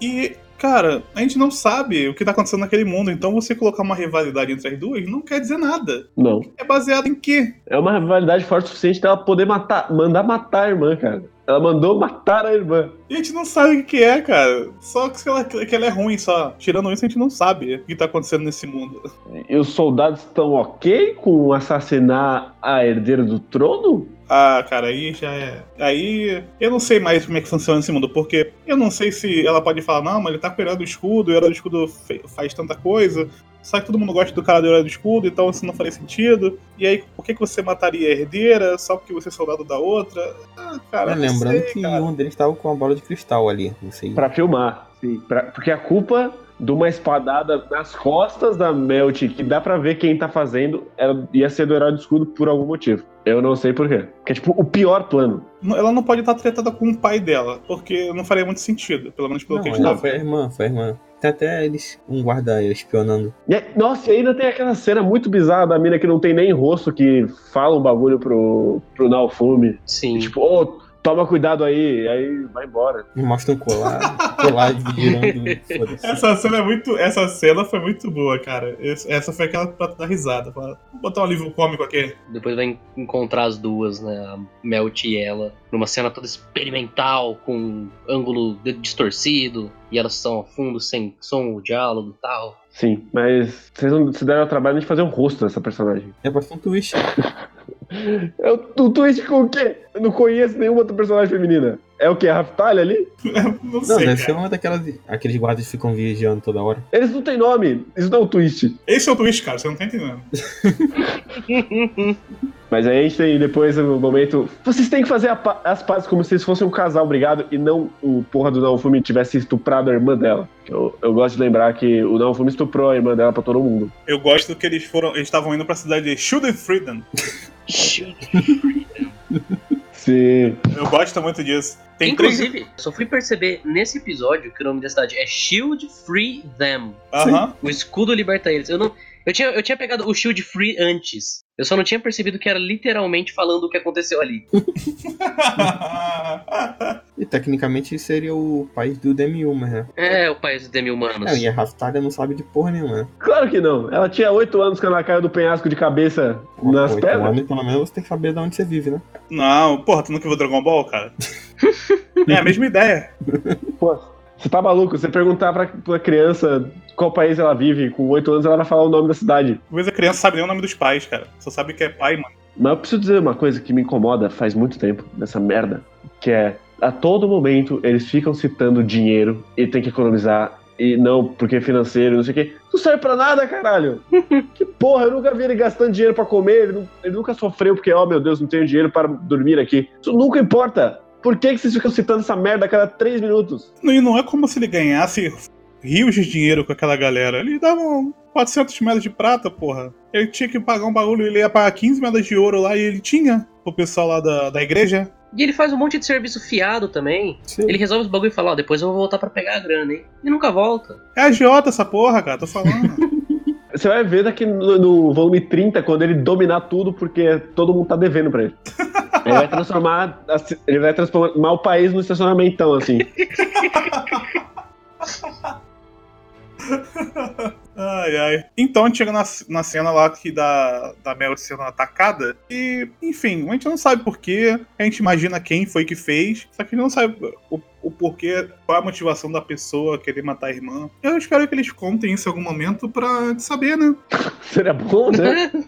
[SPEAKER 3] E, cara, a gente não sabe o que tá acontecendo naquele mundo, então você colocar uma rivalidade entre as duas não quer dizer nada.
[SPEAKER 4] Não.
[SPEAKER 3] É baseado em quê?
[SPEAKER 4] É uma rivalidade forte o suficiente dela poder matar, mandar matar a irmã, cara. Ela mandou matar a irmã.
[SPEAKER 3] E a gente não sabe o que que é, cara. Só que ela, que ela é ruim, só. Tirando isso, a gente não sabe o que tá acontecendo nesse mundo.
[SPEAKER 4] E os soldados estão ok com assassinar a herdeira do trono?
[SPEAKER 3] Ah, cara, aí já é. Aí eu não sei mais como é que funciona esse mundo, porque eu não sei se ela pode falar, não, mas ele tá com o herói do escudo, e o herói do escudo fe- faz tanta coisa. Só que todo mundo gosta do cara do herói do escudo, então isso não faria sentido. E aí, por que, que você mataria a herdeira só porque você é soldado da outra? Ah, cara,
[SPEAKER 5] É,
[SPEAKER 3] não
[SPEAKER 5] lembrando
[SPEAKER 3] sei,
[SPEAKER 5] que
[SPEAKER 3] cara.
[SPEAKER 5] um deles tava com uma bola de cristal ali. Não sei.
[SPEAKER 4] Pra filmar. Sim. porque a culpa de uma espadada nas costas da Melt, que dá pra ver quem tá fazendo, era, ia ser do herói do escudo por algum motivo. Eu não sei por quê. Que é tipo o pior plano.
[SPEAKER 3] Não- Ela não pode estar tretada com o pai dela, porque não faria muito sentido, pelo menos pelo
[SPEAKER 5] Não,
[SPEAKER 3] que a gente
[SPEAKER 5] não,
[SPEAKER 3] tá
[SPEAKER 5] foi a
[SPEAKER 3] vendo.
[SPEAKER 5] irmã, foi a irmã. Tem até eles, um guarda espionando.
[SPEAKER 4] E aí- nossa, e ainda tem aquela cena muito bizarra da mina que não tem nem rosto, que fala um bagulho pro, pro Naofumi.
[SPEAKER 6] Sim.
[SPEAKER 4] E Tipo, ô, toma cuidado aí, e aí vai embora.
[SPEAKER 5] E mostra um colar, colar girando. e foda-se.
[SPEAKER 3] Essa cena é muito. Essa cena foi muito boa, cara. Esse- Essa foi aquela pra dar risada. Pra... Vou botar um livro cômico aqui.
[SPEAKER 6] Depois vai en- encontrar as duas, né? A Melt e ela, numa cena toda experimental, com ângulo de- distorcido, e elas estão a fundo, sem som, diálogo e tal.
[SPEAKER 4] Sim, mas vocês não se deram o trabalho de fazer um rosto dessa personagem.
[SPEAKER 5] É bastante um twist.
[SPEAKER 4] Eu, tu twist com o quê? Eu não conheço nenhuma outra personagem feminina. É o quê? A Raftalha ali?
[SPEAKER 3] Não
[SPEAKER 5] Não,
[SPEAKER 3] sei,
[SPEAKER 5] deve
[SPEAKER 3] cara.
[SPEAKER 5] ser uma daquelas. Aqueles guardas que ficam vigiando toda hora.
[SPEAKER 4] Eles não têm nome, isso não é um twist.
[SPEAKER 3] Esse é o twist, cara, você não tá entendendo.
[SPEAKER 4] Mas aí a gente tem depois o momento. Vocês têm que fazer a pa- as pazes como se eles fossem um casal obrigado e não o porra do Naofumi tivesse estuprado a irmã dela. Eu, eu gosto de lembrar que o Naofumi estuprou a irmã dela pra todo mundo.
[SPEAKER 3] Eu gosto que eles foram. Eles estavam indo pra cidade de Schuldenfrieden.
[SPEAKER 4] Sim.
[SPEAKER 3] Eu gosto muito disso. Tem três.
[SPEAKER 6] Inclusive, só fui perceber nesse episódio que o nome da cidade é Shield Free Them.
[SPEAKER 3] Aham.
[SPEAKER 6] O escudo liberta eles. Eu não. Eu tinha, eu tinha pegado o Shield Free antes. Eu só não tinha percebido que era literalmente falando o que aconteceu ali.
[SPEAKER 5] E tecnicamente seria o país do Demi Humans, né?
[SPEAKER 6] É, o país do demi-humanos.
[SPEAKER 5] Não, e é- a Raftalha não sabe de porra nenhuma, né?
[SPEAKER 4] Claro que não. Ela tinha oito anos quando ela caiu do penhasco de cabeça nas
[SPEAKER 5] Oito
[SPEAKER 4] pedras.
[SPEAKER 5] anos, então, pelo menos você tem que saber de onde você vive, né?
[SPEAKER 3] não, porra, tu nunca viu Dragon Ball, cara? é a mesma ideia.
[SPEAKER 4] Pô, você tá maluco? Você perguntar pra, pra criança qual país ela vive, com oito anos ela vai falar o nome da cidade.
[SPEAKER 3] Às vezes a criança sabe nem o nome dos pais, cara. Só sabe que é pai, mano.
[SPEAKER 4] Mas eu preciso dizer uma coisa que me incomoda faz muito tempo nessa merda, que é a todo momento eles ficam citando dinheiro e tem que economizar e não porque é financeiro, não sei o quê. Não serve pra nada, caralho. que porra, eu nunca vi ele gastando dinheiro pra comer, ele, nu- ele nunca sofreu porque, oh meu Deus, não tenho dinheiro para dormir aqui. Isso nunca importa. Por que, que vocês ficam citando essa merda a cada três minutos?
[SPEAKER 3] E não é como se ele ganhasse rios de dinheiro com aquela galera. Ele dava um, 400 medalhas de prata, porra. Ele tinha que pagar um bagulho, ele ia pagar 15 medalhas de ouro lá e ele tinha pro pessoal lá da, da igreja.
[SPEAKER 6] E ele faz um monte de serviço fiado também.
[SPEAKER 5] Sim.
[SPEAKER 6] Ele resolve os bagulho e fala, ó, depois eu vou voltar pra pegar a grana, hein? E nunca volta.
[SPEAKER 3] É agiota essa porra, cara, tô falando.
[SPEAKER 4] Você vai ver daqui no, no volume 30, quando ele dominar tudo, porque todo mundo tá devendo pra ele. Ele vai transformar, assim, ele vai transformar o país no estacionamentão, assim.
[SPEAKER 3] ai, ai. Então a gente chega na, na cena lá que da, da Mel sendo atacada. E, enfim, a gente não sabe porquê. A gente imagina quem foi que fez. Só que a gente não sabe o, o porquê, qual é a motivação da pessoa querer matar a irmã. Eu espero que eles contem isso em algum momento pra saber, né?
[SPEAKER 4] Seria bom, né?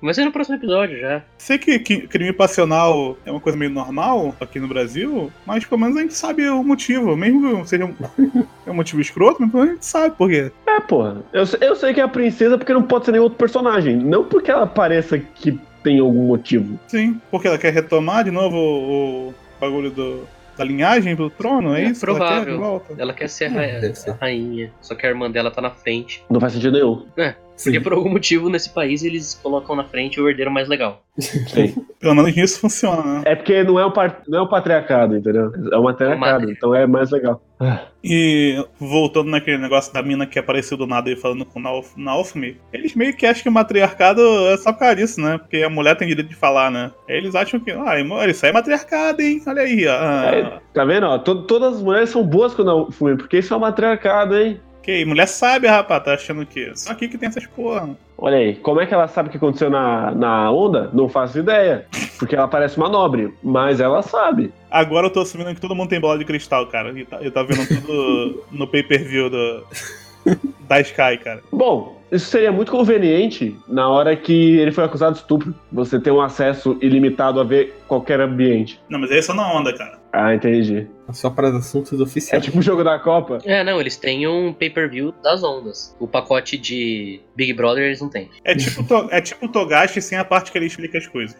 [SPEAKER 6] Vai ser no próximo episódio já.
[SPEAKER 3] Sei que, que crime passional é uma coisa meio normal aqui no Brasil, mas pelo menos a gente sabe o motivo. Mesmo que seja um, é um motivo escroto, mas pelo menos a gente sabe por quê.
[SPEAKER 4] É, porra. Eu, se- eu sei que é a princesa porque não pode ser nenhum outro personagem. Não porque ela pareça que tem algum motivo.
[SPEAKER 3] Sim, porque ela quer retomar de novo o, o bagulho do, da linhagem pro trono, é,
[SPEAKER 6] É
[SPEAKER 3] isso? Ela quer
[SPEAKER 6] provável.
[SPEAKER 3] de volta?
[SPEAKER 6] Ela quer ser a,
[SPEAKER 5] É, deve ser.
[SPEAKER 6] a rainha, só que a irmã dela tá na frente.
[SPEAKER 4] Não faz sentido nenhum.
[SPEAKER 6] Porque por algum motivo nesse país eles colocam na frente o herdeiro mais legal.
[SPEAKER 3] Pelo menos nisso funciona, né?
[SPEAKER 4] É porque não é o, par- não é o patriarcado, entendeu? É o matriarcado,
[SPEAKER 6] matri-
[SPEAKER 4] então é mais legal. Ah,
[SPEAKER 3] E voltando naquele negócio da mina que apareceu do nada e falando com o Naof- Naofmi, eles meio que acham que o matriarcado é só por causa disso, né? Porque a mulher tem direito de falar, né? Aí eles acham que, ah, amor, isso aí é matriarcado, hein? Olha aí, ó. Ah,
[SPEAKER 4] Tá vendo? ó? To- todas as mulheres são boas quando não fumem, porque isso é o matriarcado, hein?
[SPEAKER 3] Que mulher sabe, rapaz, tá achando que só aqui que tem essas porra. né?
[SPEAKER 4] Olha aí, como é que ela sabe o que aconteceu na, na onda? Não faço ideia. Porque ela parece uma nobre, mas ela sabe.
[SPEAKER 3] Agora eu tô assumindo que todo mundo tem bola de cristal, cara. E tá, eu tá vendo tudo no pay-per-view do, da Sky, cara.
[SPEAKER 4] Bom, isso seria muito conveniente na hora que ele foi acusado de estupro. Você ter um acesso ilimitado a ver qualquer ambiente.
[SPEAKER 3] Não, mas aí é só na onda, cara.
[SPEAKER 4] Ah, entendi.
[SPEAKER 5] Só para assuntos
[SPEAKER 4] É
[SPEAKER 5] oficiais.
[SPEAKER 4] tipo o jogo da Copa.
[SPEAKER 6] É, não, eles têm um pay-per-view das ondas. O pacote de Big Brother eles não têm.
[SPEAKER 3] É tipo, to- é tipo o Togashi sem a parte que ele explica as coisas.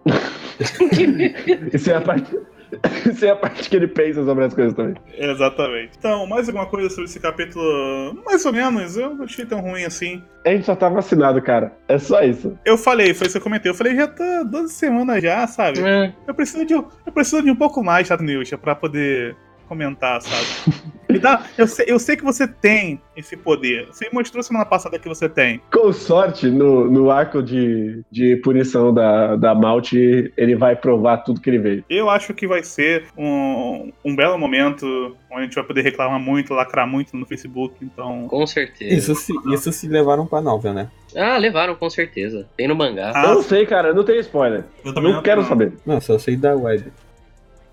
[SPEAKER 4] Isso é a parte. Isso é a parte que ele pensa sobre as coisas também.
[SPEAKER 3] Exatamente. Então, mais alguma coisa sobre esse capítulo? Mais ou menos, eu não achei tão ruim assim.
[SPEAKER 4] A gente só tá vacinado, cara. É só isso.
[SPEAKER 3] Eu falei, foi isso que eu comentei. Eu falei, já tá 12 semanas já, sabe?
[SPEAKER 6] É,
[SPEAKER 3] Eu preciso de, um- eu preciso de um pouco mais, Chato News, pra poder comentar, sabe? Me dá, eu, sei, eu sei que você tem esse poder. Você mostrou semana passada que você tem.
[SPEAKER 4] Com sorte, no, no arco de, de punição da, da Malte, ele vai provar tudo que ele veio.
[SPEAKER 3] Eu acho que vai ser um, um belo momento onde a gente vai poder reclamar muito, lacrar muito no Facebook. Então,
[SPEAKER 6] com certeza.
[SPEAKER 5] Isso se, isso se levaram pra novel, né?
[SPEAKER 6] Ah, levaram, com certeza. Tem no mangá.
[SPEAKER 3] Ah,
[SPEAKER 4] Eu não sei, cara. eu Não tenho spoiler.
[SPEAKER 3] eu também
[SPEAKER 4] Não quero saber.
[SPEAKER 5] Não, só sei da web.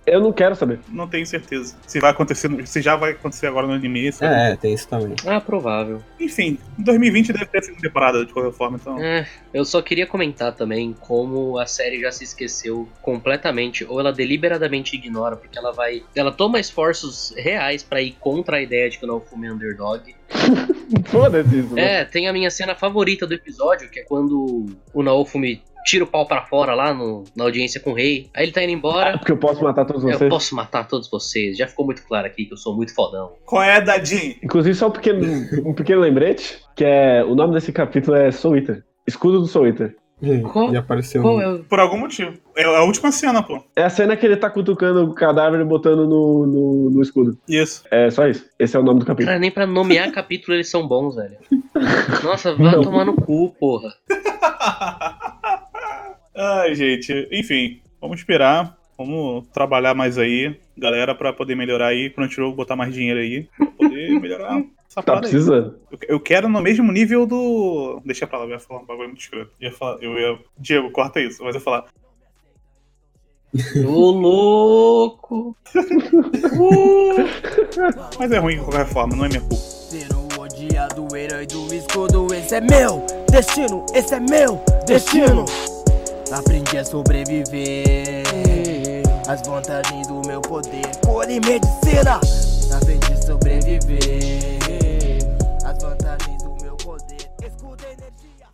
[SPEAKER 4] Eu não quero saber.
[SPEAKER 3] Não tenho certeza se vai acontecer, no- se já vai acontecer agora no anime. sabe?
[SPEAKER 5] É, é, tem isso também.
[SPEAKER 6] Ah, provável.
[SPEAKER 3] Enfim, 2020 deve ter a segunda temporada de qualquer forma, então.
[SPEAKER 6] É, eu só queria comentar também como a série já se esqueceu completamente, ou ela deliberadamente ignora, porque ela vai. Ela toma esforços reais pra ir contra a ideia de que o Naofumi é underdog.
[SPEAKER 4] Foda-se isso. né?
[SPEAKER 6] É, tem a minha cena favorita do episódio, que é quando o Naofumi tira o pau pra fora lá no- na audiência com o rei. Aí ele tá indo embora.
[SPEAKER 4] Porque eu posso matar todos
[SPEAKER 6] Eu
[SPEAKER 4] vocês.
[SPEAKER 6] posso matar todos vocês. Já ficou muito claro aqui que eu sou muito fodão.
[SPEAKER 3] Qual é, Dadinho?
[SPEAKER 4] Inclusive, só um pequeno, um pequeno lembrete, que é o nome desse capítulo é Soul Eater. Escudo do Soul Eater.
[SPEAKER 6] Qual-
[SPEAKER 5] E apareceu. um-
[SPEAKER 6] Qual é o.
[SPEAKER 3] Por algum motivo. É a última cena, pô.
[SPEAKER 4] É a cena que ele tá cutucando o cadáver e botando no, no, no escudo.
[SPEAKER 3] Isso.
[SPEAKER 4] É só isso. Esse é o nome do capítulo.
[SPEAKER 6] Cara, nem pra nomear capítulo eles são bons, velho. Nossa, vai
[SPEAKER 4] Não.
[SPEAKER 6] tomar no cu, porra.
[SPEAKER 3] Ai, gente. Enfim, vamos esperar. Vamos trabalhar mais aí, galera, pra poder melhorar aí. Quando a gente botar mais dinheiro aí, pra poder melhorar essa
[SPEAKER 4] Tá
[SPEAKER 3] parada aí.
[SPEAKER 4] precisando.
[SPEAKER 3] Eu, eu quero no mesmo nível do. Deixa pra lá, eu ia falar um bagulho muito escroto. Eu ia falar, eu ia. Diego, corta isso, mas eu ia falar.
[SPEAKER 6] Ô louco!
[SPEAKER 3] Mas é ruim de qualquer forma, não é minha culpa.
[SPEAKER 2] Ser o odiado, o herói do escudo, esse é meu destino, esse é meu destino. Aprendi a sobreviver, as vantagens do meu poder, cor e medicina. Aprendi a sobreviver, as vantagens do meu poder, escudo e energia.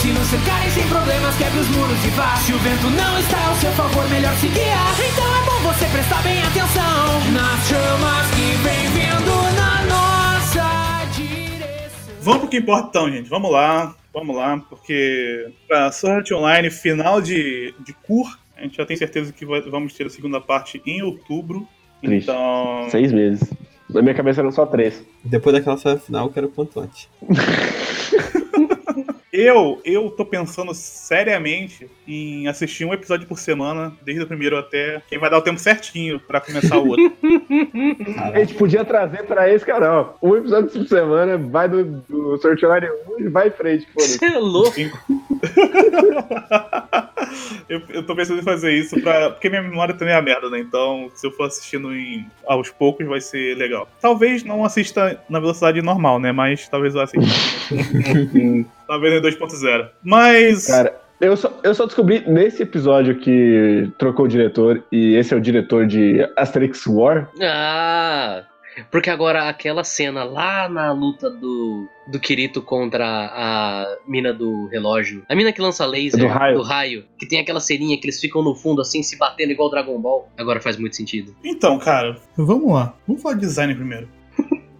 [SPEAKER 2] Se não se caem sem problemas, quebre os muros e vá. Se o vento não está ao seu favor, melhor se guiar. Então é bom você prestar bem atenção nas chamas que vem vindo na nossa direção.
[SPEAKER 3] Vamos pro que importa então, gente. Vamos lá. Vamos lá, porque pra Sword Art Online, final de, de cur, a gente já tem certeza que vai- vamos ter a segunda parte em outubro.
[SPEAKER 4] Triste.
[SPEAKER 3] Então,
[SPEAKER 4] Seis meses. Na minha cabeça eram só três.
[SPEAKER 5] Depois daquela saga final, eu quero quanto antes.
[SPEAKER 3] eu, eu tô pensando seriamente em assistir um episódio por semana, desde o primeiro até. Quem vai dar o tempo certinho pra começar o outro.
[SPEAKER 4] A gente podia trazer pra esse canal um episódio por semana, vai do, do Search Online 1 e vai em frente, foda-se.
[SPEAKER 6] Você é louco.
[SPEAKER 3] eu, eu tô pensando em fazer isso pra. Porque minha memória também é uma merda, né? Então, se eu for assistindo em- aos poucos, vai ser legal. Talvez não assista na velocidade normal, né? Mas talvez eu assista. talvez em 2.0. Mas.
[SPEAKER 4] Cara, eu só, eu só descobri nesse episódio que trocou o diretor e esse é o diretor de Asterix War.
[SPEAKER 6] Ah, porque agora aquela cena lá na luta do, do Kirito contra a mina do relógio, a mina que lança laser
[SPEAKER 4] Do raio.
[SPEAKER 6] que tem aquela ceninha que eles ficam no fundo assim se batendo igual Dragon Ball, agora faz muito sentido.
[SPEAKER 3] Então, cara, vamos lá. Vamos falar de design primeiro.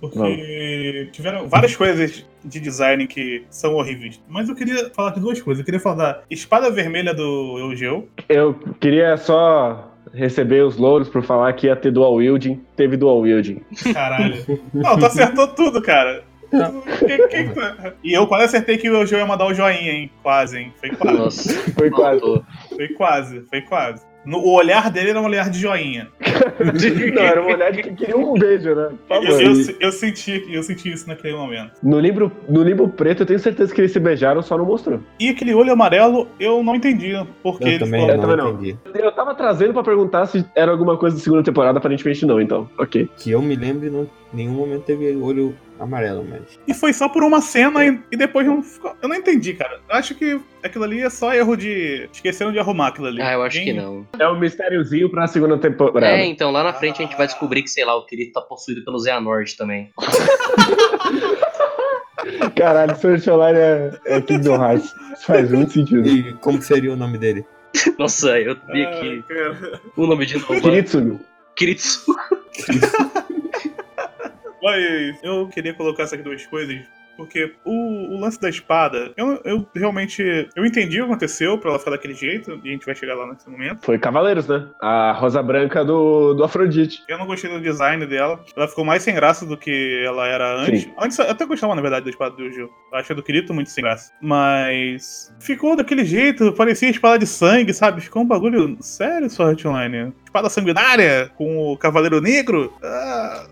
[SPEAKER 3] Porque tiveram várias coisas de design que são horríveis. Mas eu queria falar de duas coisas. Eu queria falar da espada vermelha do Eugeo.
[SPEAKER 4] Eu queria só receber os louros por falar que ia ter dual wielding, teve dual wielding.
[SPEAKER 3] Caralho. Não, tu acertou tudo, cara. Tu- que- que que tu- E eu quase acertei que o Eugeo ia mandar o joinha, hein? Quase, hein? Foi quase.
[SPEAKER 6] Nossa,
[SPEAKER 4] Foi quase.
[SPEAKER 6] faltou.
[SPEAKER 3] Foi quase, foi quase. No, o olhar dele era um olhar de joinha.
[SPEAKER 4] Não, era uma olhada que queria um beijo, né? Por
[SPEAKER 3] Eu,
[SPEAKER 4] favor.
[SPEAKER 3] eu, eu senti, eu senti isso naquele momento.
[SPEAKER 4] No livro, no livro preto, eu tenho certeza que eles se beijaram, só não mostrou.
[SPEAKER 3] E aquele olho amarelo, eu não entendi. Porque
[SPEAKER 5] Eu
[SPEAKER 3] ele
[SPEAKER 5] também
[SPEAKER 3] ficou-
[SPEAKER 4] Eu também
[SPEAKER 5] não
[SPEAKER 4] não.
[SPEAKER 5] entendi.
[SPEAKER 4] Eu tava trazendo pra perguntar se era alguma coisa da segunda temporada, aparentemente não, então. Ok.
[SPEAKER 5] Que eu me lembro, não, nenhum momento teve olho amarelo, mas.
[SPEAKER 3] E foi só por uma cena e, e depois não ficou. Eu não entendi, cara. Eu acho que aquilo ali é só erro de. Esqueceram de arrumar aquilo ali.
[SPEAKER 6] Ah, eu acho que
[SPEAKER 3] Nem-
[SPEAKER 6] não.
[SPEAKER 4] É um mistériozinho pra segunda temporada.
[SPEAKER 6] É, então lá na frente a gente vai descobrir que, sei lá, o Kirito tá possuído pelo Xehanort também.
[SPEAKER 4] Caralho, Sword Online é, é King do Hearts. Isso faz muito sentido.
[SPEAKER 5] E como que seria o nome dele?
[SPEAKER 6] Nossa, eu vi
[SPEAKER 3] Ah,
[SPEAKER 6] aqui
[SPEAKER 3] cara.
[SPEAKER 6] o nome de novo.
[SPEAKER 4] Kiritsugu.
[SPEAKER 6] Kirito.
[SPEAKER 3] Mas eu queria colocar essas duas coisas. Porque o, o lance da espada, eu, eu realmente. Eu entendi o que aconteceu pra ela ficar daquele jeito, e a gente vai chegar lá nesse momento.
[SPEAKER 4] Foi Cavaleiros, né? A rosa branca do, do Afrodite.
[SPEAKER 3] Eu não gostei do design dela. Ela ficou mais sem graça do que ela era antes.
[SPEAKER 4] Sim.
[SPEAKER 3] Antes eu até gostava, na verdade, da espada do Gil. Eu achei do Kirito muito sem graça. Mas. Ficou daquele jeito, parecia espada de sangue, sabe? Ficou um bagulho sério, Sword Art Online. Espada sanguinária com o Cavaleiro Negro. Ah.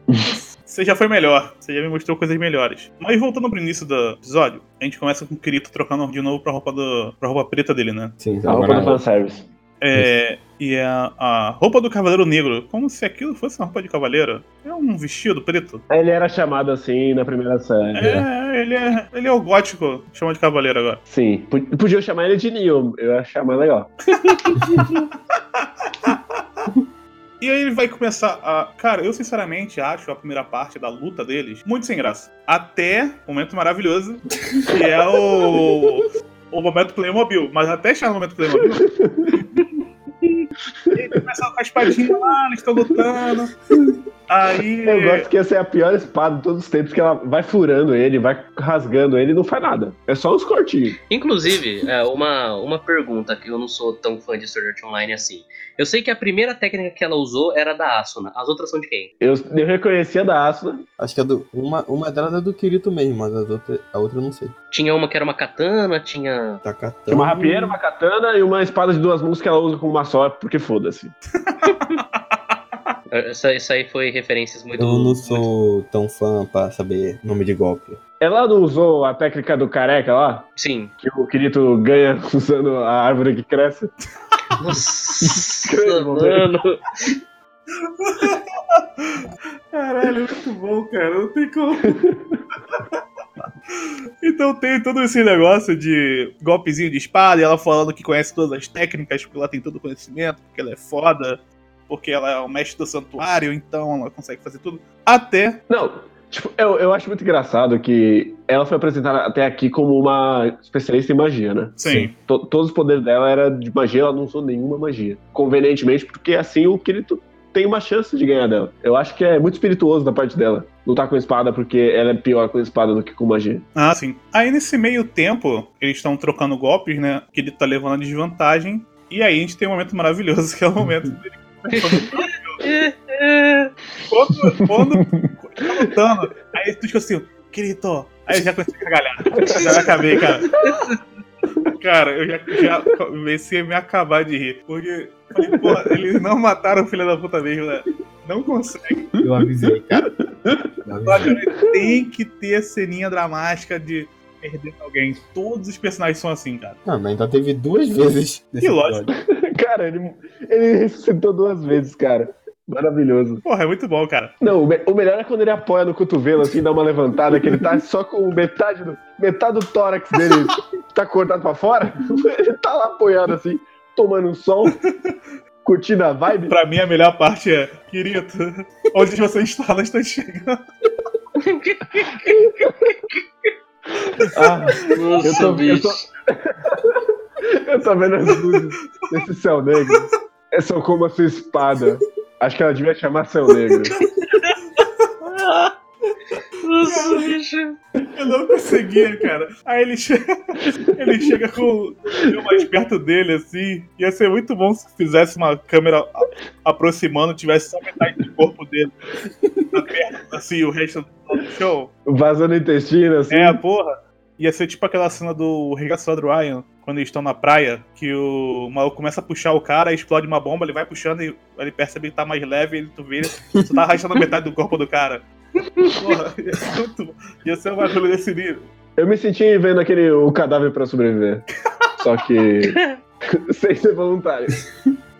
[SPEAKER 3] Você já foi melhor, você já me mostrou coisas melhores. Mas voltando pro início do episódio, a gente começa com o Kirito trocando de novo pra roupa, do, pra roupa preta dele, né?
[SPEAKER 5] Sim,
[SPEAKER 4] A roupa do
[SPEAKER 5] amarelo.
[SPEAKER 4] fanservice.
[SPEAKER 3] É, e a, a roupa do Cavaleiro Negro, como se aquilo fosse uma roupa de cavaleiro. É um vestido preto.
[SPEAKER 4] Ele era chamado assim na primeira série.
[SPEAKER 3] É, ele é, ele é o gótico, chama de cavaleiro agora.
[SPEAKER 4] Sim. P- Podia chamar ele de Neo. Eu ia chamar legal.
[SPEAKER 3] E aí ele vai começar a. Cara, eu sinceramente acho a primeira parte da luta deles muito sem graça. Até o momento maravilhoso, que é o. O momento Playmobil. Mas até chegar no momento Playmobil. Ele começa com a espadinha lá, eles estão lutando. Aí.
[SPEAKER 4] Eu gosto que essa é a pior espada de todos os tempos, que ela vai furando ele, vai rasgando ele e não faz nada. É só uns cortinhos.
[SPEAKER 6] Inclusive, é, uma, uma pergunta que eu não sou tão fã de Sword Art Online assim. Eu sei que a primeira técnica que ela usou era da Asuna. As outras são de quem?
[SPEAKER 4] Eu, eu reconhecia da Asuna.
[SPEAKER 5] Acho que é do, uma, uma delas é do Kirito mesmo, mas as outra, a outra eu não sei.
[SPEAKER 6] Tinha uma que era uma katana, tinha.
[SPEAKER 5] Tá
[SPEAKER 4] Tinha
[SPEAKER 5] catando.
[SPEAKER 4] uma rapieira, uma katana e uma espada de duas mãos que ela usa com uma só, porque foda-se.
[SPEAKER 6] é, Essa, isso aí foi referências muito.
[SPEAKER 5] Eu não sou tão fã pra saber nome de golpe.
[SPEAKER 4] Ela não usou a técnica do careca lá?
[SPEAKER 6] Sim.
[SPEAKER 4] Que o Kirito ganha usando a árvore que cresce.
[SPEAKER 6] Nossa, mano.
[SPEAKER 3] Caralho, é muito bom, cara. Não tem como. Então tem todo esse negócio de golpezinho de espada, e ela falando que conhece todas as técnicas, porque ela tem todo o conhecimento, porque ela é foda, porque ela é o mestre do santuário, então ela consegue fazer tudo. Até.
[SPEAKER 4] Não, tipo, eu, eu acho muito engraçado que ela foi apresentada até aqui como uma especialista em magia, né?
[SPEAKER 5] Sim.
[SPEAKER 4] To- todos os poderes dela era de magia, ela não usou nenhuma magia. Convenientemente, porque assim o Kirito tem uma chance de ganhar dela. Eu acho que é muito é espirituoso da parte dela. lutar com espada porque ela é pior com espada do que com magia.
[SPEAKER 3] Ah, sim. Aí nesse meio tempo, eles estão trocando golpes, né? Que ele tá levando a desvantagem. E aí a gente tem um momento maravilhoso, que é o momento dele. né, quando, quando ele tá lutando, aí tu fica assim, querido, ó. aí eu já comecei a gargalhar. Já acabei, cara. Cara, eu já, já comecei a me acabar de rir. Porque, falei, pô, eles não mataram o filho da puta mesmo, né? Não consegue.
[SPEAKER 5] Eu avisei, cara. Eu avisei.
[SPEAKER 3] Olha, tem que ter a ceninha dramática de perder alguém. Todos os personagens são assim, cara.
[SPEAKER 5] Não, mas ainda teve duas vezes. nesse
[SPEAKER 3] Que lógico.
[SPEAKER 5] episódio.
[SPEAKER 4] Cara, ele, ele ressuscitou duas vezes, cara. Maravilhoso.
[SPEAKER 3] Porra, é muito bom, cara.
[SPEAKER 4] Não, o, me- o melhor é quando ele apoia no cotovelo, assim, dá uma levantada, que ele tá só com metade do, metade do tórax dele tá cortado pra fora. Ele tá lá apoiado, assim, tomando um sol, curtindo a vibe.
[SPEAKER 3] Pra mim, a melhor parte é, querido, onde você está, nós estamos chegando.
[SPEAKER 4] Ah,
[SPEAKER 6] Nossa,
[SPEAKER 4] Eu tô- eu
[SPEAKER 6] bicho.
[SPEAKER 4] tô- eu tô vendo as luzes desse céu negro. É só como a sua espada. Acho que ela devia chamar céu negro.
[SPEAKER 6] Nossa, bicho.
[SPEAKER 3] Eu não conseguia, cara. Aí ele chega, ele chega com o eu mais perto dele, assim. Ia ser muito bom se fizesse uma câmera a- aproximando, tivesse só metade do corpo dele. na perna, Assim, o resto do show.
[SPEAKER 4] Vazando intestino, assim.
[SPEAKER 3] É, a porra. Ia ser tipo aquela cena do Regaçador Ryan, quando eles estão na praia, que o maluco começa a puxar o cara, explode uma bomba, ele vai puxando e ele percebe que tá mais leve, ele tu vê, ele só tá arrastando metade do corpo do cara. Porra, ia ser muito bom. Ia ser um bagulho desse nível.
[SPEAKER 4] Eu me senti vendo aquele o cadáver pra sobreviver. Só que. sem ser voluntário.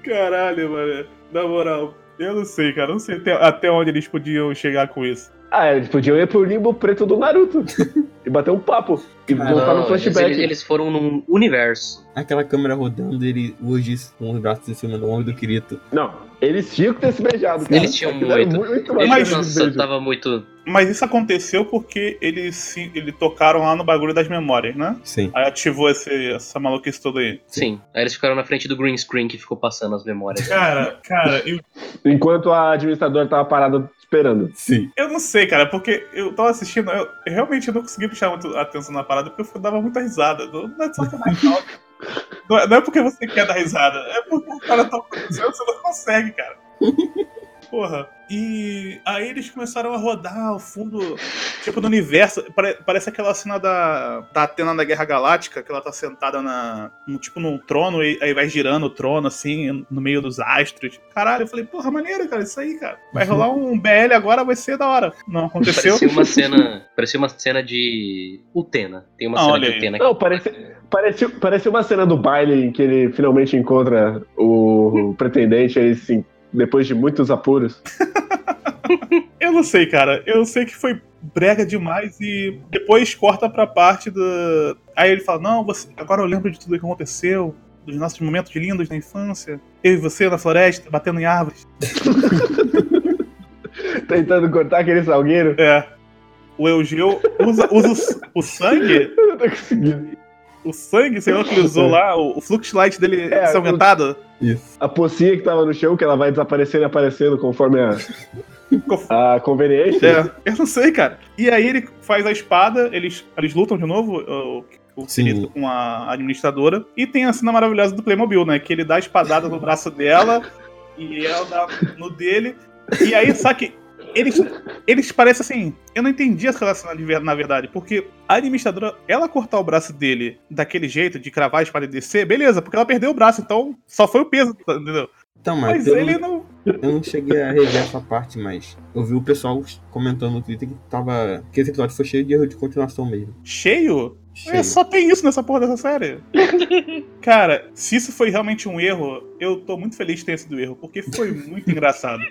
[SPEAKER 3] Caralho, mano. Na moral, eu não sei, cara. Eu Não sei até, até onde eles podiam chegar com isso.
[SPEAKER 4] Ah, eles podiam ir pro limbo preto do Naruto. e bater um papo. E voltar no
[SPEAKER 6] Ah, Não, eles,
[SPEAKER 4] flashback.
[SPEAKER 6] eles foram num universo.
[SPEAKER 5] Aquela câmera rodando, ele hoje com os braços em cima do ombro do Kirito.
[SPEAKER 4] Não, eles tinham que ter se beijado. Cara.
[SPEAKER 6] Eles tinham
[SPEAKER 4] Aquilo era
[SPEAKER 6] muito.
[SPEAKER 4] mais
[SPEAKER 3] Mas-
[SPEAKER 6] Ele,
[SPEAKER 4] que um
[SPEAKER 6] nossa,
[SPEAKER 4] beijo.
[SPEAKER 6] tava muito.
[SPEAKER 3] Mas isso aconteceu porque eles se, ele tocaram lá no bagulho das memórias, né?
[SPEAKER 5] Sim.
[SPEAKER 3] Aí ativou esse, essa maluquice toda aí.
[SPEAKER 6] Sim. Aí eles ficaram na frente do green screen que ficou passando as memórias.
[SPEAKER 3] Cara, cara, eu,
[SPEAKER 4] Enquanto a administradora tava parada esperando.
[SPEAKER 5] Sim.
[SPEAKER 3] eu não sei, cara, porque eu tava assistindo, eu eu realmente não consegui puxar muito atenção na parada porque eu dava muita risada. Não, não é sacanagem, não. Não é, não é porque você quer dar risada, é porque o cara tá acontecendo, você não consegue, cara. Porra. E aí eles começaram a rodar o fundo, tipo, do universo. Pare- parece aquela cena da, da Atena na Guerra Galáctica, que ela tá sentada na, num- tipo num trono e aí vai girando o trono, assim, no meio dos astros. Caralho, eu falei, porra, maneiro, cara, isso aí, cara. Vai rolar um BL agora, vai ser da hora. Não aconteceu.
[SPEAKER 6] Parecia uma cena. Parecia uma cena de Utena. Tem uma
[SPEAKER 3] Ah,
[SPEAKER 6] cena
[SPEAKER 3] olha
[SPEAKER 6] de
[SPEAKER 3] aí.
[SPEAKER 6] Utena
[SPEAKER 4] Não, parece, parece, parece uma cena do baile em que ele finalmente encontra o pretendente, aí sim, depois de muitos apuros.
[SPEAKER 3] Eu não sei, cara. Eu sei que foi brega demais e depois corta pra parte do. Aí ele fala: Não, você... agora eu lembro de tudo que aconteceu, dos nossos momentos lindos na infância. Eu e você na floresta, batendo em árvores.
[SPEAKER 4] Tentando cortar aquele salgueiro.
[SPEAKER 3] É. O Eugeu usa, usa o s- o, sangue.
[SPEAKER 4] Eu não tô conseguindo.
[SPEAKER 3] O sangue, sei lá, que ele usou lá, o, o fluxo light dele
[SPEAKER 4] É,
[SPEAKER 3] é, aumentado.
[SPEAKER 5] Isso.
[SPEAKER 4] A pocinha que tava no chão, que ela vai desaparecendo e aparecendo conforme a, a conveniência.
[SPEAKER 3] É, eu não sei, cara. E aí ele faz a espada, eles, eles lutam de novo, o, o
[SPEAKER 5] Sim.
[SPEAKER 3] Kirito com a administradora. E tem a cena maravilhosa do Playmobil, né? Que ele dá a espadada no braço dela e ela dá no dele. E aí, só que eles, eles parecem assim. Eu não entendi essa cena de ver- na verdade, porque a administradora, ela cortar o braço dele daquele jeito, de cravar a espada e descer, beleza, porque ela perdeu o braço, então só foi o peso, entendeu?
[SPEAKER 5] Então, mas,
[SPEAKER 3] Mas
[SPEAKER 5] eu,
[SPEAKER 3] ele não.
[SPEAKER 5] eu não cheguei a rever essa parte, mas eu vi o pessoal comentando no Twitter que tava. que esse episódio foi cheio de erro de continuação mesmo.
[SPEAKER 3] Cheio? É,
[SPEAKER 5] Cheio.
[SPEAKER 3] só tem isso nessa porra dessa série. Cara, se isso foi realmente um erro, eu tô muito feliz de ter sido erro, porque foi muito engraçado.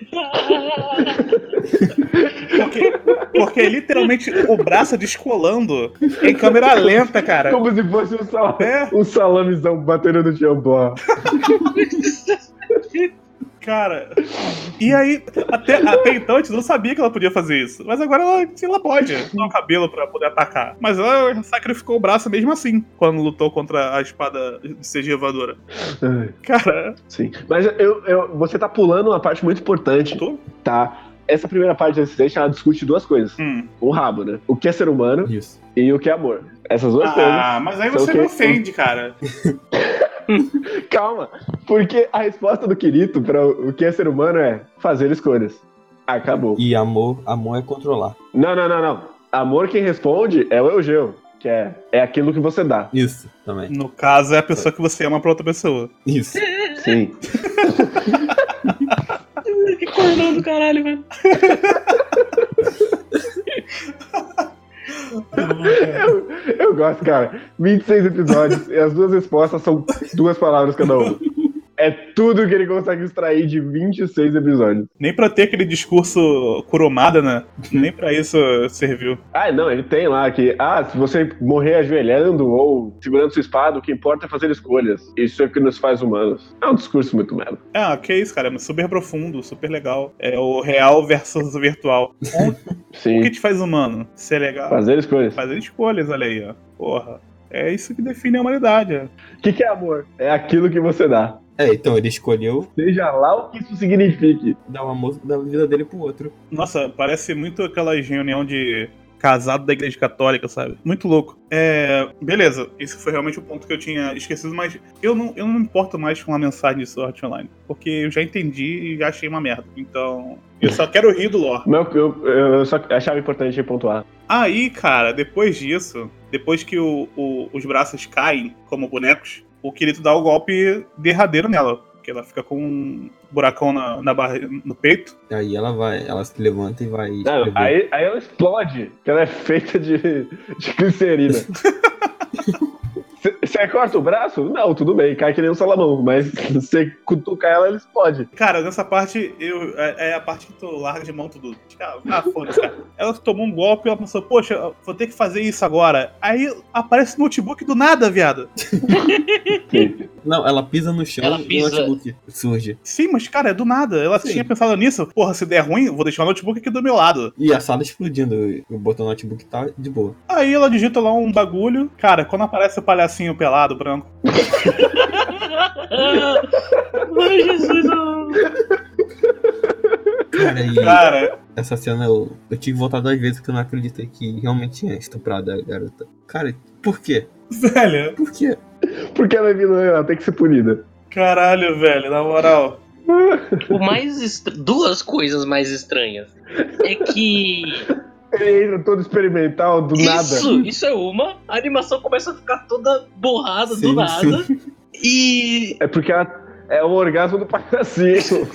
[SPEAKER 3] Porque, porque literalmente o braço descolando em câmera lenta, cara.
[SPEAKER 4] Como se fosse um, sal,
[SPEAKER 3] É,
[SPEAKER 4] um salamezão batendo no chão, pô.
[SPEAKER 3] cara. E aí, até, até então a gente não sabia que ela podia fazer isso. Mas agora ela, ela pode dar o cabelo pra poder atacar. Mas ela sacrificou o braço mesmo assim, quando lutou contra a espada de CG voadora.
[SPEAKER 4] Ai,
[SPEAKER 3] Cara,
[SPEAKER 4] Sim. Mas eu, eu- você tá pulando uma parte muito importante,
[SPEAKER 3] tô
[SPEAKER 4] tá? Essa primeira parte do incidente, ela discute duas coisas.
[SPEAKER 3] Hum.
[SPEAKER 4] O rabo, né? O que é ser humano
[SPEAKER 5] Isso.
[SPEAKER 4] e o que é amor. Essas duas coisas.
[SPEAKER 3] Ah, mas aí
[SPEAKER 4] Só
[SPEAKER 3] você
[SPEAKER 4] que-
[SPEAKER 3] me ofende, cara.
[SPEAKER 4] Calma, porque a resposta do Kirito para o que é ser humano é fazer escolhas. Acabou.
[SPEAKER 5] E amor, amor é controlar.
[SPEAKER 4] Não, não, não, não. Amor quem responde é o Eugeu, que é, é aquilo que você dá.
[SPEAKER 5] Isso também.
[SPEAKER 3] No caso, é a pessoa que você ama pra outra pessoa.
[SPEAKER 5] Isso.
[SPEAKER 4] Sim.
[SPEAKER 6] Que cordão do caralho, velho.
[SPEAKER 4] Eu, eu gosto, cara. 26 episódios e as duas respostas são duas palavras cada uma. É tudo que ele consegue extrair de 26 episódios.
[SPEAKER 3] Nem pra ter aquele discurso curumada, né? Nem pra isso serviu.
[SPEAKER 4] Ah, não, ele tem lá que, ah, se você morrer ajoelhando ou segurando sua espada, o que importa é fazer escolhas. Isso é o que nos faz humanos. É um discurso muito merda.
[SPEAKER 3] Ah, que isso, cara. mas Super profundo, super legal. É o real versus o virtual. O que
[SPEAKER 4] Sim,
[SPEAKER 3] te faz humano? Ser legal.
[SPEAKER 4] fazer escolhas.
[SPEAKER 3] Fazer escolhas, olha aí, ó. Porra. É isso que define a humanidade. ó.
[SPEAKER 4] O que, que é amor? É aquilo que você dá.
[SPEAKER 5] É, então ele escolheu
[SPEAKER 4] Seja lá o que isso signifique.
[SPEAKER 5] dar o amor da vida dele pro outro.
[SPEAKER 3] Nossa, parece muito aquela reunião de casado da igreja católica, sabe? Muito louco. É. Beleza, esse foi realmente o ponto que eu tinha esquecido, mas eu não, eu não me importo mais com a mensagem de Sword Art Online. Porque eu já entendi e já achei uma merda. Então. Eu só quero rir do lore.
[SPEAKER 4] Mas eu, eu- eu só achava importante pontuar.
[SPEAKER 3] Aí, cara, depois disso, depois que o- o- os braços caem como bonecos, o Kirito dá o golpe derradeiro nela. Porque ela fica com um buracão na, na barri- no peito.
[SPEAKER 5] Aí ela vai, ela se levanta e vai.
[SPEAKER 4] Não,
[SPEAKER 5] escrever.
[SPEAKER 4] aí, aí ela explode, que ela é feita de, de glicerina. Você corta o braço? Não, tudo bem, cai que nem um salamão, mas você cutucar ela, ela explode.
[SPEAKER 3] Cara, nessa parte, eu, é, é a parte que tu larga de mão tudo. Cara, Ah, foda-se, cara. Ela tomou um golpe e ela pensou, poxa, vou ter que fazer isso agora. Aí aparece o notebook do nada, viado.
[SPEAKER 5] Não, ela pisa no chão
[SPEAKER 6] Ela
[SPEAKER 5] e
[SPEAKER 6] pisa.
[SPEAKER 5] o notebook surge.
[SPEAKER 3] Sim, mas, cara, é do nada. Ela
[SPEAKER 5] Sim.
[SPEAKER 3] tinha pensado nisso. Porra, se der ruim, vou deixar o notebook aqui do meu lado.
[SPEAKER 5] E a sala explodindo. O botão do notebook tá de boa.
[SPEAKER 3] Aí ela digita lá um bagulho. Cara, quando aparece o palhacinho pelado, branco.
[SPEAKER 6] Ai, Jesus, não.
[SPEAKER 5] Cara, e
[SPEAKER 3] Cara,
[SPEAKER 5] essa cena eu, eu tive voltado às vezes que eu não acreditei que realmente tinha estuprado a garota. Cara, por quê?
[SPEAKER 3] velho.
[SPEAKER 5] Por quê?
[SPEAKER 4] Porque ela é vilã, ela tem que ser punida.
[SPEAKER 3] Caralho, velho, na moral.
[SPEAKER 6] O mais estra- Duas coisas mais estranhas. É que.
[SPEAKER 4] Ele entra todo experimental, do nada.
[SPEAKER 6] Isso, isso é uma. A animação começa a ficar toda borrada do
[SPEAKER 5] Sim,
[SPEAKER 6] nada. E
[SPEAKER 4] É porque ela é o orgasmo do palhacinho.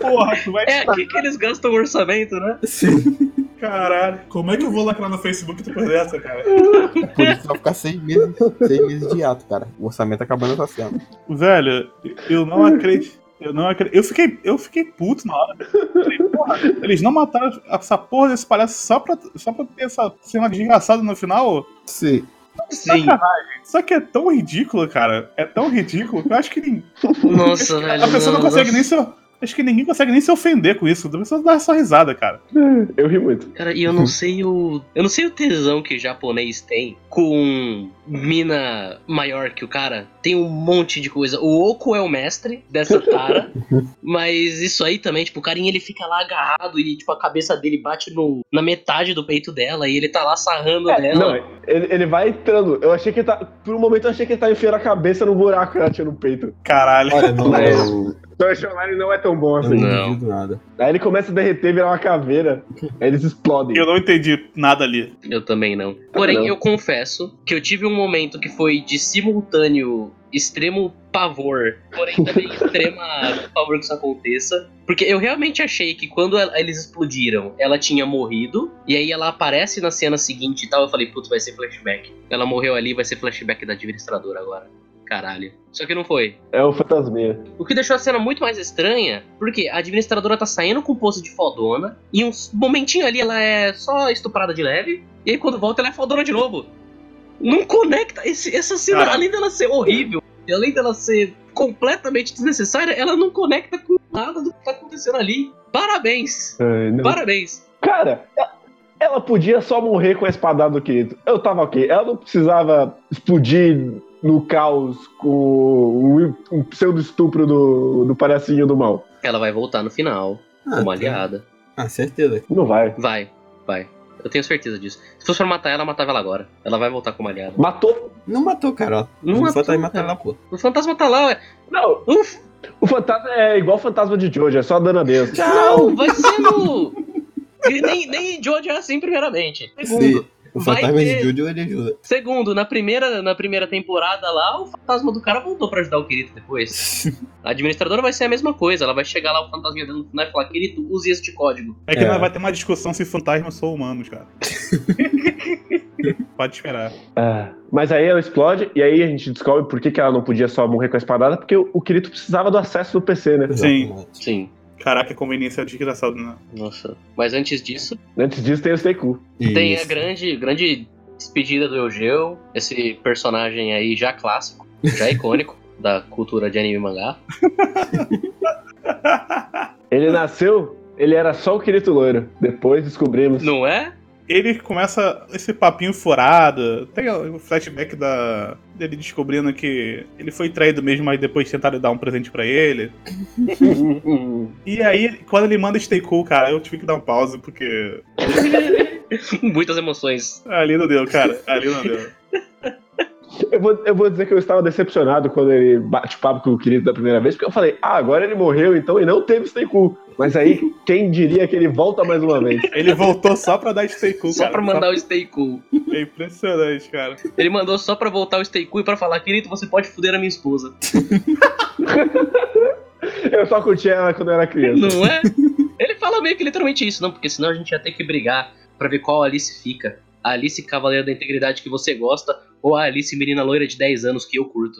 [SPEAKER 3] Porra, tu vai.
[SPEAKER 6] É aqui que eles gastam o orçamento, né?
[SPEAKER 5] Sim.
[SPEAKER 3] Caralho. Como é que eu vou lacrar no Facebook depois dessa, cara?
[SPEAKER 5] Por isso vai ficar seis meses, seis meses de ato, cara. O orçamento acabando tá essa cena.
[SPEAKER 3] Velho, eu não acredito. Eu não acredito. Eu fiquei, eu fiquei puto na hora. Falei, porra, eles não mataram essa porra desse palhaço só pra, só pra ter essa cena desgraçada no final?
[SPEAKER 5] Sim.
[SPEAKER 6] Sim.
[SPEAKER 3] Só que é tão ridículo, cara. É tão ridículo que eu acho que ninguém.
[SPEAKER 6] Nossa, velho.
[SPEAKER 3] A pessoa não consegue nem se. Acho que ninguém consegue nem se ofender com isso. A pessoa dá só risada, cara.
[SPEAKER 4] Eu ri muito.
[SPEAKER 6] Cara, e eu não sei o. Eu não sei o tesão que japonês tem com mina maior que o cara. Tem um monte de coisa. O Oco é o mestre dessa tara. mas isso aí também, tipo, o carinha ele fica lá agarrado e, tipo, a cabeça dele bate no, na metade do peito dela e ele tá lá sarrando
[SPEAKER 4] Não,
[SPEAKER 6] dela.
[SPEAKER 4] ele, ele vai entrando. Eu achei que ele tá. Por um momento eu achei que ele tá enfiando a cabeça no buraco que ela tinha no peito.
[SPEAKER 3] Caralho.
[SPEAKER 5] Olha, não,
[SPEAKER 4] Mas-
[SPEAKER 5] eu,
[SPEAKER 4] Então esse online não é tão bom
[SPEAKER 5] eu
[SPEAKER 4] assim.
[SPEAKER 5] não,
[SPEAKER 6] é Não.
[SPEAKER 5] duvido nada.
[SPEAKER 4] Aí ele começa a derreter, virar uma caveira. Aí eles explodem.
[SPEAKER 3] Eu não entendi nada ali.
[SPEAKER 6] Eu também não. Porém,
[SPEAKER 4] não.
[SPEAKER 6] eu confesso que eu tive um momento que foi de simultâneo extremo pavor, porém também extrema pavor que isso aconteça. Porque eu realmente achei que quando ela- eles explodiram, ela tinha morrido, e aí ela aparece na cena seguinte e tal. Eu falei, putz, vai ser flashback. Ela morreu ali, vai ser flashback da administradora agora. Caralho. Só que não foi.
[SPEAKER 4] É o fantasminha.
[SPEAKER 6] O que deixou a cena muito mais estranha, porque a administradora tá saindo com o poço de fodona, e um momentinho ali ela é só estuprada de leve, e aí quando volta ela é fodona de novo. Não conecta. esse- essa cena,
[SPEAKER 3] Cara.
[SPEAKER 6] além dela ser horrível, e além dela ser completamente desnecessária, ela não conecta com nada do que tá acontecendo ali. Parabéns!
[SPEAKER 4] Ai, não.
[SPEAKER 6] Parabéns!
[SPEAKER 4] Cara, ela- ela podia só morrer com a espadada do Kirito. Eu tava ok. Ela não precisava explodir no caos com o, o pseudo estupro do, do palhacinho do mal.
[SPEAKER 6] Ela vai voltar no final,
[SPEAKER 5] Ah,
[SPEAKER 6] como
[SPEAKER 5] tá.
[SPEAKER 6] aliada.
[SPEAKER 5] Ah, certeza.
[SPEAKER 4] Não vai.
[SPEAKER 6] Vai, vai. Eu tenho certeza disso. Se fosse pra matar ela, eu matava ela agora. Ela vai voltar como aliada.
[SPEAKER 4] Matou.
[SPEAKER 5] Não matou, cara.
[SPEAKER 6] Não
[SPEAKER 5] Não
[SPEAKER 6] matou,
[SPEAKER 5] matou. Tá matar
[SPEAKER 6] cara.
[SPEAKER 5] lá, pô.
[SPEAKER 6] O fantasma tá lá, ué.
[SPEAKER 4] Não,
[SPEAKER 6] Um
[SPEAKER 4] o fantasma é igual o fantasma de Jojo, é só dando adeus.
[SPEAKER 6] Não, vai ser no. E Nem, nem Jojo é assim, primeiramente. Segundo.
[SPEAKER 5] Sim. O
[SPEAKER 6] Vai
[SPEAKER 5] fantasma
[SPEAKER 6] ter-
[SPEAKER 5] de Jojo, ele ajuda.
[SPEAKER 6] Segundo, na primeira, na primeira temporada lá, o fantasma do cara voltou pra ajudar o querido depois. A administradora vai ser a mesma coisa, ela vai chegar lá, o fantasma dando final e falar, querido, use este código.
[SPEAKER 3] É que
[SPEAKER 5] É.
[SPEAKER 3] nós vai ter uma discussão se fantasmas são humanos, cara. Pode esperar.
[SPEAKER 4] Ah, Mas aí ela explode, e aí a gente descobre por que, que ela não podia só morrer com a espadada, porque o, o Kirito precisava do acesso do PC, né?
[SPEAKER 3] Sim.
[SPEAKER 5] Exatamente.
[SPEAKER 6] Sim.
[SPEAKER 3] Caraca, a conveniência é desgraçado, né?
[SPEAKER 6] Nossa. Mas antes disso,
[SPEAKER 4] Antes disso tem o Seiku.
[SPEAKER 6] tem a
[SPEAKER 5] Isso.
[SPEAKER 6] grande, grande despedida do Eugeu, esse personagem aí já clássico, já icônico da cultura de anime e mangá.
[SPEAKER 4] Ele nasceu, ele era só o Kirito loiro. Depois descobrimos.
[SPEAKER 6] Não é?
[SPEAKER 3] Ele começa esse papinho furado. Tem o flashback da dele descobrindo que ele foi traído mesmo, mas depois tentaram dar um presente pra ele. E aí, quando ele manda Stay Cool, cara, eu tive que dar um pause, porque
[SPEAKER 6] Muitas emoções.
[SPEAKER 3] ali não deu, cara. Ali não deu.
[SPEAKER 4] Eu vou, eu vou dizer que eu estava decepcionado quando ele bate papo com o Kirito da primeira vez, porque eu falei, ah, agora ele morreu então e não teve Seiku. Mas aí, quem diria que ele volta mais uma vez?
[SPEAKER 3] Ele voltou só pra dar Stay Cool,
[SPEAKER 6] Só
[SPEAKER 3] cara.
[SPEAKER 6] pra mandar o Stay Cool.
[SPEAKER 3] É impressionante, cara.
[SPEAKER 6] Ele mandou só pra voltar o Stay Cool e pra falar, querido, você pode foder a minha esposa.
[SPEAKER 4] Eu só curtia ela quando eu era criança.
[SPEAKER 6] Não é? Ele fala meio que literalmente isso, não, porque senão a gente ia ter que brigar pra ver qual Alice fica. A Alice Cavaleira da Integridade que você gosta, ou a Alice Menina Loira de 10 anos que eu curto.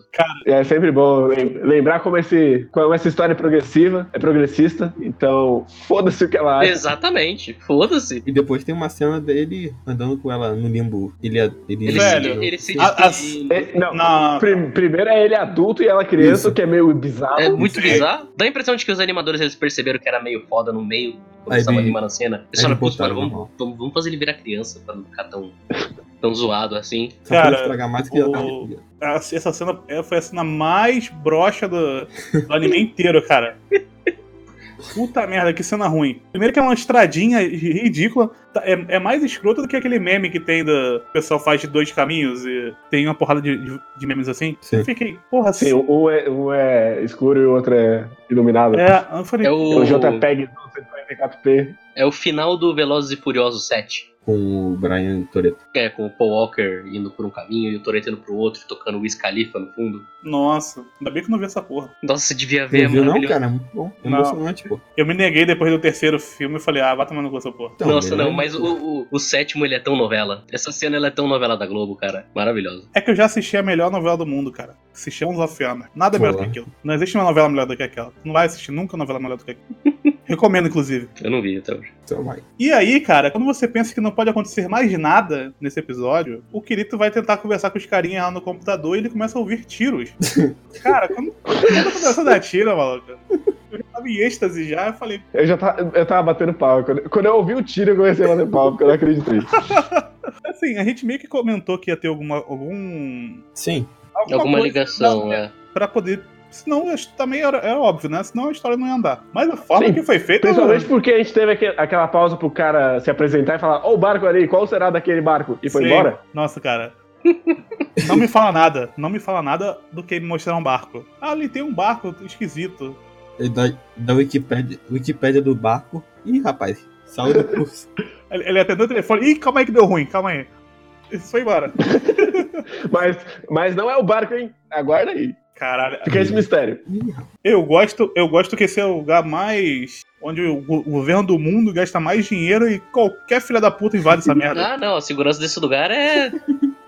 [SPEAKER 4] É sempre bom lem- lembrar como, esse, como essa história é progressiva, é progressista, então foda-se o que ela acha.
[SPEAKER 6] Exatamente, foda-se.
[SPEAKER 5] E depois tem uma cena dele andando com ela no limbo. Ele, é, ele,
[SPEAKER 6] Ele,
[SPEAKER 3] Velho,
[SPEAKER 6] se, ele se
[SPEAKER 3] a-
[SPEAKER 6] despedindo.
[SPEAKER 4] É, não,
[SPEAKER 3] Na...
[SPEAKER 4] prim- primeiro é ele adulto e ela criança,
[SPEAKER 5] Isso.
[SPEAKER 4] o que é meio bizarro.
[SPEAKER 6] É muito
[SPEAKER 3] sei.
[SPEAKER 6] bizarro. Dá a impressão de que os animadores eles perceberam que era meio foda no meio, quando
[SPEAKER 5] Aí
[SPEAKER 6] estavam
[SPEAKER 5] ele-
[SPEAKER 6] animando a cena. Eles
[SPEAKER 5] aí
[SPEAKER 6] falaram,
[SPEAKER 5] ele
[SPEAKER 6] putz,
[SPEAKER 3] né?"
[SPEAKER 5] botaram
[SPEAKER 6] mano, vamos,
[SPEAKER 5] normal."
[SPEAKER 6] vamos, vamos fazer ele virar criança pra não ficar tão, tão zoado assim.
[SPEAKER 5] Só pra
[SPEAKER 3] Cara,
[SPEAKER 5] estragar mais que já tá
[SPEAKER 3] o-
[SPEAKER 5] arrepiado.
[SPEAKER 3] Essa essa cena é- foi a cena mais broxa do, do anime inteiro, cara. Puta merda, que cena ruim. Primeiro que é uma estradinha ri- ridícula. tá- É, é mais escroto do que aquele meme que tem do. O pessoal faz de dois caminhos e tem uma porrada de, de- de memes assim.
[SPEAKER 5] Sim.
[SPEAKER 3] Eu fiquei, porra,
[SPEAKER 4] Sim,
[SPEAKER 3] assim.
[SPEAKER 4] um é, um é escuro e o outro é iluminado.
[SPEAKER 3] É, eu falei,
[SPEAKER 6] É
[SPEAKER 4] É
[SPEAKER 6] o,
[SPEAKER 4] o JPEG
[SPEAKER 6] Oh.
[SPEAKER 4] 244p.
[SPEAKER 6] é o final do Velozes e Furiosos 7.
[SPEAKER 5] Com o Brian Toretto.
[SPEAKER 6] É, com o Paul Walker indo por um caminho e o Toretto indo pro outro, tocando o Wiz Khalifa no fundo.
[SPEAKER 3] nossa, ainda bem que eu não vi essa porra.
[SPEAKER 6] Nossa, você devia ver,
[SPEAKER 5] Não viu não,
[SPEAKER 6] maravilhoso.
[SPEAKER 5] cara? É Muito bom. É
[SPEAKER 3] Não.
[SPEAKER 5] emocionante, pô.
[SPEAKER 3] Eu me neguei depois do terceiro filme e falei, ah, vai tomando com essa porra.
[SPEAKER 5] Então,
[SPEAKER 6] Nossa,
[SPEAKER 5] né?
[SPEAKER 6] não, mas o, o, o sétimo ele é tão novela. Essa cena ela é tão novela da Globo, cara. Maravilhosa.
[SPEAKER 3] É que eu já assisti a melhor novela do mundo, cara. Se chama Love Honor. Nada é melhor do que
[SPEAKER 5] Boa.
[SPEAKER 3] aquilo. Não existe uma novela melhor do que aquela. Tu Não vai assistir nunca uma novela melhor do que aquela. Recomendo, inclusive.
[SPEAKER 6] Eu não vi até hoje.
[SPEAKER 5] Então vai.
[SPEAKER 3] E aí, cara, quando você pensa que não pode acontecer mais nada nesse episódio, o Kirito vai tentar conversar com os carinhas lá no computador e ele começa a ouvir tiros. cara, quando, quando começa a dar tiro, maluco, eu já tava em êxtase já, eu falei,
[SPEAKER 4] Eu já tava, eu tava batendo pau. Quando, quando eu ouvi o tiro, eu comecei a bater pau, porque eu não acreditei.
[SPEAKER 3] assim, a gente meio que comentou que ia ter alguma, algum...
[SPEAKER 5] Sim.
[SPEAKER 6] Alguma
[SPEAKER 3] coisa
[SPEAKER 6] ligação,
[SPEAKER 3] da-
[SPEAKER 6] é.
[SPEAKER 3] Pra poder... Senão, eu acho- também era, era óbvio, né? Senão a história não ia andar. Mas a forma
[SPEAKER 4] Sim,
[SPEAKER 3] que foi feita...
[SPEAKER 4] Principalmente porque a gente teve aque- aquela pausa pro cara se apresentar e falar: Ó, o barco ali, qual será daquele barco? E foi
[SPEAKER 3] Sim.
[SPEAKER 4] embora.
[SPEAKER 3] Nossa, cara. Não me fala nada. Não me fala nada do que me mostrar um barco. Ah, ali tem um barco esquisito.
[SPEAKER 5] Ele dá, dá Wikipédia, Wikipédia do barco. Ih, rapaz. Saiu do curso.
[SPEAKER 3] Ele, ele atendeu o telefone. Ih, calma aí que deu ruim, calma aí. Isso foi embora.
[SPEAKER 4] Mas, mas não é o barco, hein? Aguarda aí.
[SPEAKER 3] Caralho.
[SPEAKER 4] Fica esse mistério.
[SPEAKER 5] Ih, rapaz.
[SPEAKER 3] Eu gosto, eu gosto que esse é o lugar mais. onde o go- o governo do mundo gasta mais dinheiro e qualquer filha da puta invade essa merda.
[SPEAKER 6] Ah, não, a segurança desse lugar é.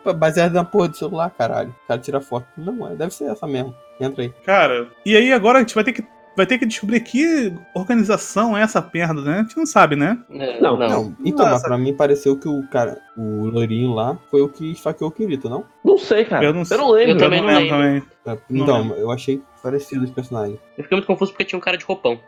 [SPEAKER 5] Pô, Baseado na porra do celular, caralho. O cara tira foto. Não, é- deve ser essa mesmo. Entra aí.
[SPEAKER 3] Cara. E aí agora a gente vai ter que. Vai ter que descobrir que organização é essa merda, né? A gente não sabe, né?
[SPEAKER 6] é,
[SPEAKER 4] Não,
[SPEAKER 5] Não, então, mas
[SPEAKER 3] Nossa.
[SPEAKER 5] pra mim pareceu que o cara, o loirinho lá, foi o que esfaqueou o Kirito, não?
[SPEAKER 4] Não sei, cara.
[SPEAKER 3] Eu
[SPEAKER 4] Eu
[SPEAKER 3] não
[SPEAKER 4] não,
[SPEAKER 3] sei.
[SPEAKER 6] Eu
[SPEAKER 4] lembro.
[SPEAKER 6] também
[SPEAKER 3] Eu
[SPEAKER 6] não
[SPEAKER 3] lembro também.
[SPEAKER 5] É,
[SPEAKER 3] Não
[SPEAKER 5] Então, eu achei parecido os personagens.
[SPEAKER 6] Eu fiquei muito confuso porque tinha um cara de roupão.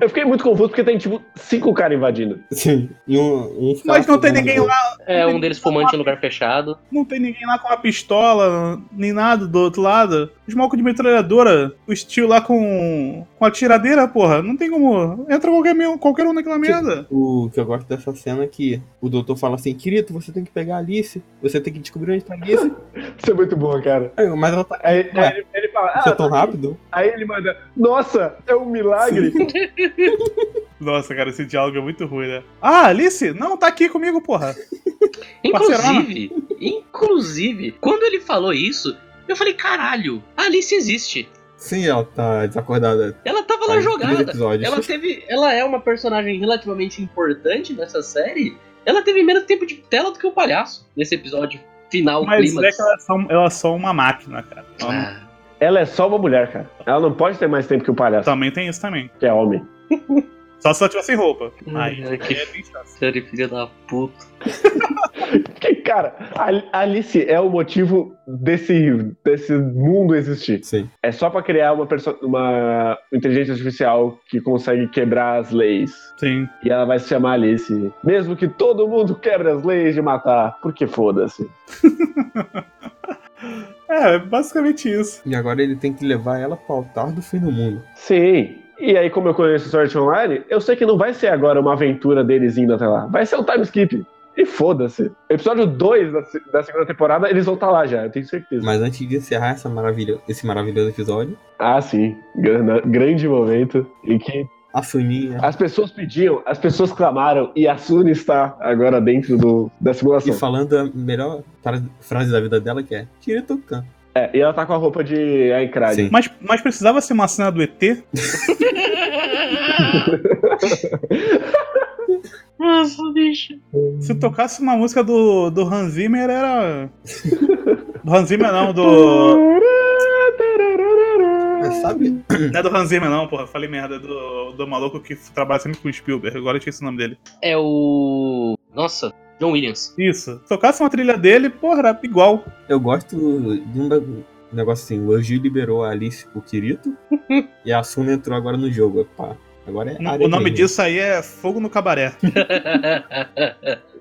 [SPEAKER 4] Eu fiquei muito confuso porque tem, tipo, cinco caras invadindo.
[SPEAKER 5] Sim. E um, um
[SPEAKER 3] Mas não
[SPEAKER 5] ficava
[SPEAKER 3] tem
[SPEAKER 5] fumando.
[SPEAKER 3] ninguém lá,
[SPEAKER 6] É, um deles fumante em lugar fechado.
[SPEAKER 3] não tem ninguém lá com uma pistola, nem nada do outro lado. Os malucos de metralhadora, os tio lá com, com a tiradeira, porra. Não tem como. Entra qualquer, meu- qualquer um
[SPEAKER 5] Tipo-
[SPEAKER 3] naquela merda.
[SPEAKER 5] O que eu gosto dessa cena é que o doutor fala assim, querido, você tem que pegar a Alice, você tem que descobrir onde tá a Alice.
[SPEAKER 4] Isso é muito bom, cara.
[SPEAKER 5] Aí, mas ela tá.
[SPEAKER 4] Aí,
[SPEAKER 5] Ué,
[SPEAKER 4] aí ele, ele fala,
[SPEAKER 5] você
[SPEAKER 4] ah,
[SPEAKER 5] é tão
[SPEAKER 3] tá
[SPEAKER 5] rápido?
[SPEAKER 4] aí ele manda, nossa, é um milagre.
[SPEAKER 3] Nossa, cara, esse diálogo é muito ruim, né? Ah, Alice, não, tá aqui comigo, porra.
[SPEAKER 6] Inclusive, inclusive, quando ele falou isso, eu falei, caralho, a Alice existe.
[SPEAKER 5] Sim, ela tá desacordada.
[SPEAKER 6] Ela tava lá
[SPEAKER 5] Aí, primeiro
[SPEAKER 6] jogada.
[SPEAKER 5] episódio.
[SPEAKER 6] Ela teve. Ela é uma personagem relativamente importante nessa série. Ela teve menos tempo de tela do que o palhaço nesse episódio final
[SPEAKER 3] Mas é
[SPEAKER 6] clímax.
[SPEAKER 3] que ela é só, ela é só uma máquina, cara. Ela não-
[SPEAKER 6] Ah,
[SPEAKER 4] Ela é só uma mulher, cara. Ela não pode ter mais tempo que o palhaço,
[SPEAKER 3] Também tem isso também.
[SPEAKER 4] que é homem.
[SPEAKER 3] Só se ela tivesse roupa.
[SPEAKER 6] Uhum.
[SPEAKER 3] Aí,
[SPEAKER 6] Ai, que
[SPEAKER 3] é bem fácil.
[SPEAKER 6] série filha da puta.
[SPEAKER 4] Que, cara, a a Alice é o motivo desse, desse mundo existir.
[SPEAKER 5] Sim.
[SPEAKER 4] É só pra criar uma, perso- uma inteligência artificial que consegue quebrar as leis.
[SPEAKER 3] Sim.
[SPEAKER 4] E ela vai se chamar Alice. Mesmo que todo mundo quebre as leis de matar. Porque foda-se.
[SPEAKER 3] É, é basicamente isso.
[SPEAKER 5] E agora ele tem que levar ela pro altar do fim do mundo.
[SPEAKER 4] Sim. E aí, como eu conheço o Sword Art Online, eu sei que não vai ser agora uma aventura deles indo até lá. Vai ser um time skip. E foda-se. Episódio 2 da, se- da segunda temporada, eles vão estar lá já, eu tenho certeza.
[SPEAKER 5] Mas antes de encerrar essa maravilha, esse maravilhoso episódio,
[SPEAKER 4] Ah, sim. Grana- grande momento em que
[SPEAKER 5] a Suninha
[SPEAKER 4] as pessoas pediam, as pessoas clamaram e a Suni está agora dentro do, da
[SPEAKER 5] e
[SPEAKER 4] simulação.
[SPEAKER 5] falando a melhor fra- frase da vida dela que é Tira Tucan.
[SPEAKER 4] É, e ela tá com a roupa de Aincrad.
[SPEAKER 5] Sim.
[SPEAKER 3] Mas, mas precisava ser uma cena do ET?
[SPEAKER 6] Nossa, bicho.
[SPEAKER 3] Se tocasse uma música do, do Hans Zimmer, era. Do Hans Zimmer não, do.
[SPEAKER 5] Mas sabe?
[SPEAKER 3] Não é do Hans Zimmer não, porra. Falei merda. é Do, do maluco que trabalha sempre com o Spielberg. Agora eu esqueci o nome dele.
[SPEAKER 6] É o. Nossa, John Williams.
[SPEAKER 3] Isso. Se tocasse uma trilha dele, porra, era igual.
[SPEAKER 5] Eu gosto de um bagu- negócio assim, o Angie liberou a Alice pro Kirito e a Suna entrou agora no jogo. Pá, agora é
[SPEAKER 3] o
[SPEAKER 5] Arena
[SPEAKER 3] nome
[SPEAKER 5] Game.
[SPEAKER 3] disso aí é Fogo no Cabaré.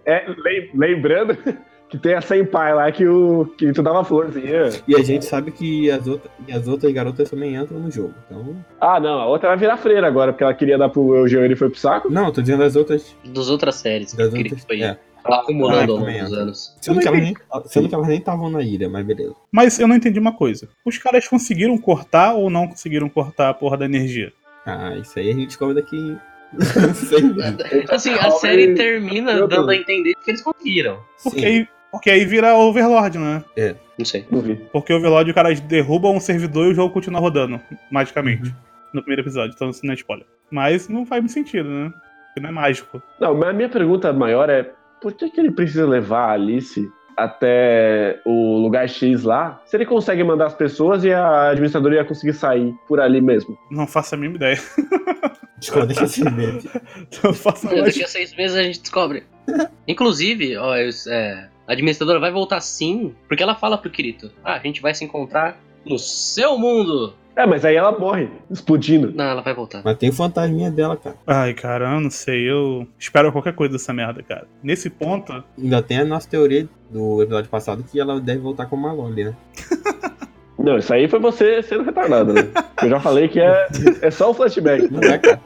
[SPEAKER 4] É, lem- lembrando que tem a Senpai lá que, o, que tu dava florzinha.
[SPEAKER 5] E a gente sabe que as, outra- e as outras garotas também entram no jogo. Então.
[SPEAKER 4] Ah, não, a outra vai virar freira agora, porque ela queria dar pro Eugênio e ele foi pro saco.
[SPEAKER 5] Não, eu tô dizendo as outras.
[SPEAKER 6] Dos outras séries que
[SPEAKER 5] Das
[SPEAKER 6] eu queria que
[SPEAKER 5] outras
[SPEAKER 6] foi Tá
[SPEAKER 5] é.
[SPEAKER 6] acumulando
[SPEAKER 5] Ah,
[SPEAKER 6] ao longo
[SPEAKER 5] também,
[SPEAKER 6] dos
[SPEAKER 5] é.
[SPEAKER 6] anos.
[SPEAKER 5] Sendo que, elas nem, sendo que elas nem estavam na ilha, mas beleza.
[SPEAKER 3] Mas eu não entendi uma coisa. Os caras conseguiram cortar ou não conseguiram cortar a porra da energia?
[SPEAKER 5] Ah, isso aí a gente descobre daqui. Não sei, né?
[SPEAKER 6] Assim, a série termina dando a entender que eles conseguiram.
[SPEAKER 3] Porque
[SPEAKER 5] Sim.
[SPEAKER 3] aí, porque aí vira Overlord, né?
[SPEAKER 6] Não sei.
[SPEAKER 4] Não vi.
[SPEAKER 3] Porque o Overlord, o cara derruba um servidor e o jogo continua rodando, magicamente,
[SPEAKER 4] Uhum.
[SPEAKER 3] no primeiro episódio. Então isso não é spoiler. Mas não faz muito sentido, né? Porque não é mágico.
[SPEAKER 4] Não, mas a minha pergunta maior é: por que, que ele precisa levar a Alice até o lugar X lá? Se ele consegue mandar as pessoas e a administradora ia conseguir sair por ali mesmo.
[SPEAKER 3] Não faço a mínima ideia.
[SPEAKER 5] Discorda que assim, né?
[SPEAKER 3] Não faço a mais...
[SPEAKER 6] Daqui a seis meses a gente descobre. Inclusive, ó, eu- é, a administradora vai voltar sim, porque ela fala pro Kirito: Ah, a gente vai se encontrar no seu mundo.
[SPEAKER 4] É, mas aí ela morre, explodindo.
[SPEAKER 6] Não, ela vai voltar.
[SPEAKER 5] Mas tem o fantasminha dela, cara.
[SPEAKER 3] Ai, cara, eu não sei. Eu espero qualquer coisa dessa merda, cara. Nesse ponto,
[SPEAKER 5] Ainda tem a nossa teoria do episódio passado que ela deve voltar com uma Loli, né?
[SPEAKER 4] Não, isso aí foi você sendo retardado, né? Eu já falei que é, é só um flashback.
[SPEAKER 5] Não é, cara.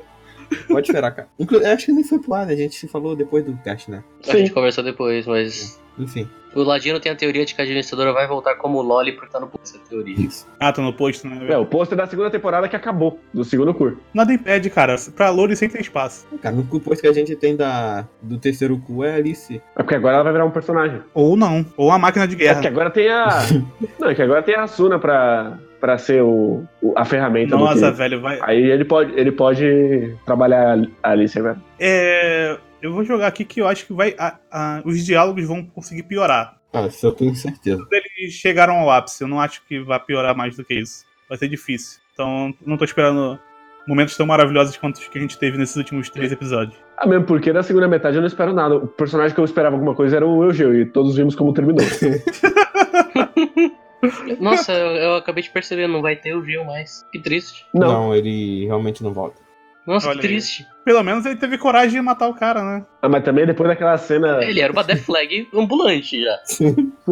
[SPEAKER 5] Pode esperar, cara. Inclu eu acho que nem foi pro ar, né? A gente falou depois do cast, né?
[SPEAKER 6] A
[SPEAKER 4] Sim.
[SPEAKER 6] gente conversa depois, mas.
[SPEAKER 5] Enfim,
[SPEAKER 6] O Ladino tem a teoria de que a administradora vai voltar como Loli porque tá no ponto dessa teoria.
[SPEAKER 5] isso.
[SPEAKER 3] ah, tá no posto, né?
[SPEAKER 4] É, o pôster da segunda temporada que acabou, do segundo curso.
[SPEAKER 3] Nada impede, cara. Pra Lori sempre tem espaço.
[SPEAKER 5] Cara, no posto que a gente tem da, do terceiro cu é a Alice.
[SPEAKER 4] É porque agora ela vai virar um personagem.
[SPEAKER 3] Ou não. Ou a máquina de
[SPEAKER 4] É porque
[SPEAKER 3] guerra.
[SPEAKER 4] agora tem a. Não, é que agora tem a Asuna pra, pra ser o, o- a ferramenta do
[SPEAKER 3] Nossa,
[SPEAKER 4] Kirito.
[SPEAKER 3] velho, vai.
[SPEAKER 4] Aí ele pode, ele pode trabalhar a Alice agora.
[SPEAKER 3] É. Eu vou jogar aqui que eu acho que vai. a- a- os diálogos vão conseguir piorar.
[SPEAKER 5] Ah, isso eu tenho certeza.
[SPEAKER 3] Eles chegaram ao ápice. Eu não acho que vai piorar mais do que isso. Vai ser difícil. Então, não tô esperando momentos tão maravilhosos quanto os que a gente teve nesses últimos três episódios.
[SPEAKER 4] Ah, mesmo porque na segunda metade eu não espero nada. O personagem que eu esperava alguma coisa era o Eugeo, e todos vimos como terminou.
[SPEAKER 6] Nossa, eu, eu acabei de perceber, não vai ter o Gil mais. Que triste.
[SPEAKER 5] Não.
[SPEAKER 4] Não.
[SPEAKER 5] ele realmente não volta.
[SPEAKER 6] Nossa,
[SPEAKER 3] Olha
[SPEAKER 6] que
[SPEAKER 3] aí.
[SPEAKER 6] triste.
[SPEAKER 3] Pelo menos ele teve coragem de matar o cara, né?
[SPEAKER 4] Ah, mas também depois daquela cena.
[SPEAKER 6] Ele era uma Death Flag ambulante já.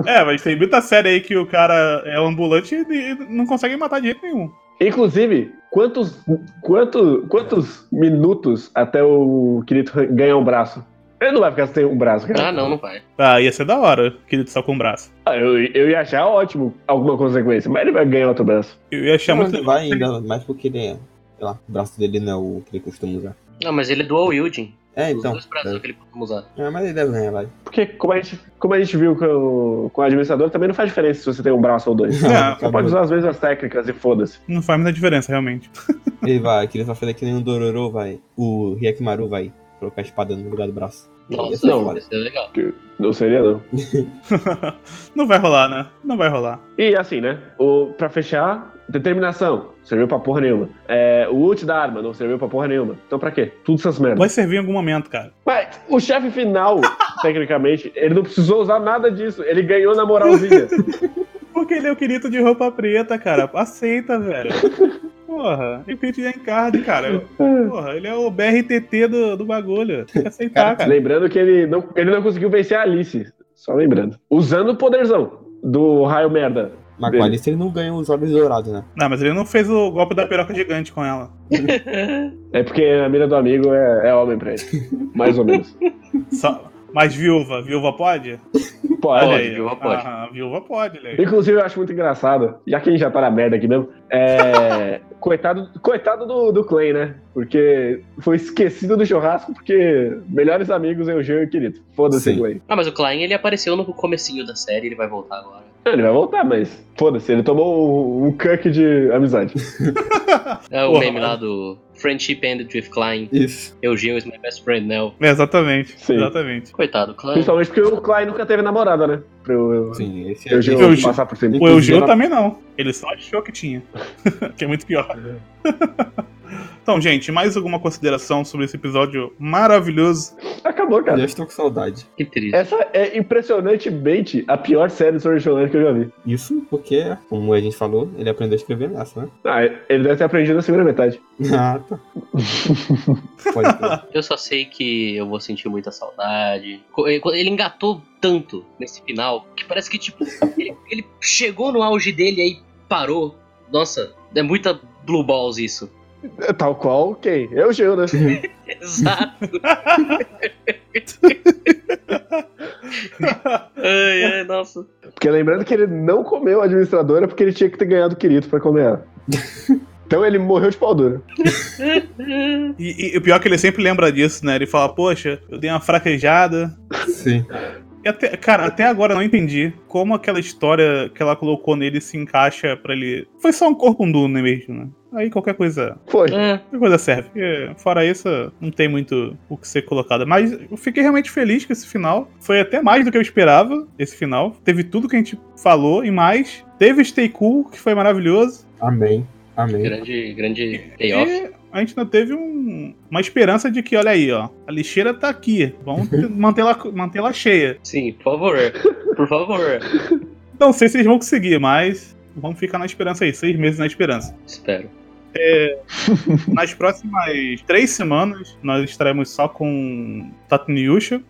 [SPEAKER 3] É, mas tem muita série aí que o cara é um ambulante e não consegue matar de jeito nenhum.
[SPEAKER 4] Inclusive, quantos, quanto, quantos minutos até o Kirito ran- ganhar um braço? Ele não vai ficar sem um braço, cara.
[SPEAKER 6] Ah, não, não vai.
[SPEAKER 3] Ah, ia ser da hora, querido só com o braço.
[SPEAKER 4] Ah, eu, eu ia achar ótimo alguma consequência, mas ele vai ganhar outro braço.
[SPEAKER 3] Eu ia achar
[SPEAKER 5] Não,
[SPEAKER 3] muito.
[SPEAKER 5] ele vai ainda, mais porque ele é. Sei lá, o braço dele não é o que ele costuma usar.
[SPEAKER 6] Não, mas ele é dual wielding.
[SPEAKER 5] É,
[SPEAKER 6] Os
[SPEAKER 5] então.
[SPEAKER 6] dois braços que ele costuma usar.
[SPEAKER 5] É, mas ele deve ganhar, vai.
[SPEAKER 4] Porque, como a gente, como a gente viu com, o- com o administrador, também não faz diferença se você tem um braço ou dois.
[SPEAKER 3] Não,
[SPEAKER 4] Você pode usar as mesmas técnicas e foda-se.
[SPEAKER 3] É, Não faz muita diferença, realmente.
[SPEAKER 5] Ele vai, que ele vai fazer que nem um Dororo, vai. O Hyakimaru vai colocar a espada no lugar do braço.
[SPEAKER 6] Nossa,
[SPEAKER 5] Não,
[SPEAKER 6] isso é legal.
[SPEAKER 4] Não seria, não.
[SPEAKER 3] não vai rolar, né? Não vai rolar.
[SPEAKER 4] E assim, né? O, pra fechar, determinação. Serviu pra porra nenhuma. É, o ult da arma não serviu pra porra nenhuma. Então pra quê? Tudo essas merdas.
[SPEAKER 3] Vai servir em algum momento, cara.
[SPEAKER 4] Mas o chefe final, tecnicamente, ele não precisou usar nada disso. Ele ganhou na moralzinha.
[SPEAKER 3] Porque ele é o querido de roupa preta, cara. Aceita, velho. Porra, e Pete Encarde, cara. Porra, ele é o BRTT do, do bagulho. Tem que aceitar, cara.
[SPEAKER 4] lembrando que ele não, ele não conseguiu vencer a Alice. Só lembrando. Usando o poderzão do raio merda.
[SPEAKER 5] Mas
[SPEAKER 4] Dele.
[SPEAKER 5] com a Alice ele não ganha os olhos dourados, né?
[SPEAKER 3] Não, mas ele não fez o golpe da piroca gigante com ela.
[SPEAKER 4] É porque a mira do amigo é, é homem pra ele. Mais ou menos.
[SPEAKER 3] Só- Mas viúva, viúva pode?
[SPEAKER 4] Pode.
[SPEAKER 6] Pode, viúva pode.
[SPEAKER 3] Ah, viúva pode, olha aí.
[SPEAKER 4] Inclusive, eu acho muito engraçado, já que a gente já tá na merda aqui mesmo, é, coitado, coitado do, do Clay, né? Porque foi esquecido do churrasco, porque melhores amigos é o Jean e o Quirito. Foda-se,
[SPEAKER 5] Sim.
[SPEAKER 4] Clay.
[SPEAKER 6] Ah, mas o Klein, ele apareceu no comecinho da série, ele vai voltar agora.
[SPEAKER 4] Ele vai voltar, mas foda-se, ele tomou um, um cuck de amizade.
[SPEAKER 6] É o
[SPEAKER 3] Porra,
[SPEAKER 6] meme
[SPEAKER 3] mano.
[SPEAKER 6] lá do Friendship Ended with Klein.
[SPEAKER 5] Isso.
[SPEAKER 6] Eugene is my best friend now.
[SPEAKER 3] É, Exatamente,
[SPEAKER 4] Sim.
[SPEAKER 3] exatamente.
[SPEAKER 6] Coitado, Klein.
[SPEAKER 4] Principalmente porque o Clay nunca teve namorada, né? Pro
[SPEAKER 5] Sim, esse é
[SPEAKER 4] eu,
[SPEAKER 5] esse-
[SPEAKER 4] Jean
[SPEAKER 3] Eugênio.
[SPEAKER 4] passar por cima.
[SPEAKER 3] O Eugênio
[SPEAKER 5] Inclusive,
[SPEAKER 3] também não. Ele só achou que tinha. que é muito pior. Então, gente, mais alguma consideração sobre esse episódio maravilhoso?
[SPEAKER 4] Acabou,
[SPEAKER 5] Já
[SPEAKER 4] cara.
[SPEAKER 5] estou com saudade.
[SPEAKER 6] Que triste.
[SPEAKER 4] Essa é impressionantemente a pior série sobre Shonen que eu já vi.
[SPEAKER 5] Isso porque, como a gente falou, ele aprendeu a escrever nessa, né?
[SPEAKER 4] Ah, ele deve ter aprendido na segunda metade.
[SPEAKER 5] Ah, tá. Pode crer.
[SPEAKER 6] Eu só sei que eu vou sentir muita saudade. Co- Ele ele engatou tanto nesse final que parece que, tipo, ele, ele chegou no auge dele e aí parou. Nossa, é muita Blue Balls isso.
[SPEAKER 4] Tal qual quem? Eu, Jean, né?
[SPEAKER 6] Exato. ai, ai, nossa.
[SPEAKER 4] Porque lembrando que ele não comeu a administradora porque ele tinha que ter ganhado o Kirito pra comer ela. então ele morreu de pau duro.
[SPEAKER 3] E, e o pior é que ele sempre lembra disso, né? Ele fala, poxa, eu dei uma fraquejada.
[SPEAKER 5] Sim.
[SPEAKER 3] E até- cara, até agora eu não entendi como aquela história que ela colocou nele se encaixa pra ele. Foi só um corpo né mesmo, né? Aí qualquer coisa,
[SPEAKER 4] Foi.
[SPEAKER 6] É,
[SPEAKER 3] qualquer coisa serve. Porque, fora isso, não tem muito o que ser colocado. Mas eu fiquei realmente feliz com esse final. Foi até mais do que eu esperava, esse final. Teve tudo que a gente falou e mais. Teve Stay Cool, que foi maravilhoso.
[SPEAKER 5] Amém. Amém.
[SPEAKER 6] é, grande, grande payoff.
[SPEAKER 3] E a gente ainda teve um- uma esperança de que, olha aí, ó, a lixeira tá aqui. Vamos mantê-la mantê-la cheia.
[SPEAKER 6] Sim, por favor. Por favor.
[SPEAKER 3] Não sei se eles vão conseguir, mas vamos ficar na esperança aí. Seis meses na esperança.
[SPEAKER 6] Espero.
[SPEAKER 3] Nas próximas três semanas, nós estaremos só com Tatooine Yusha,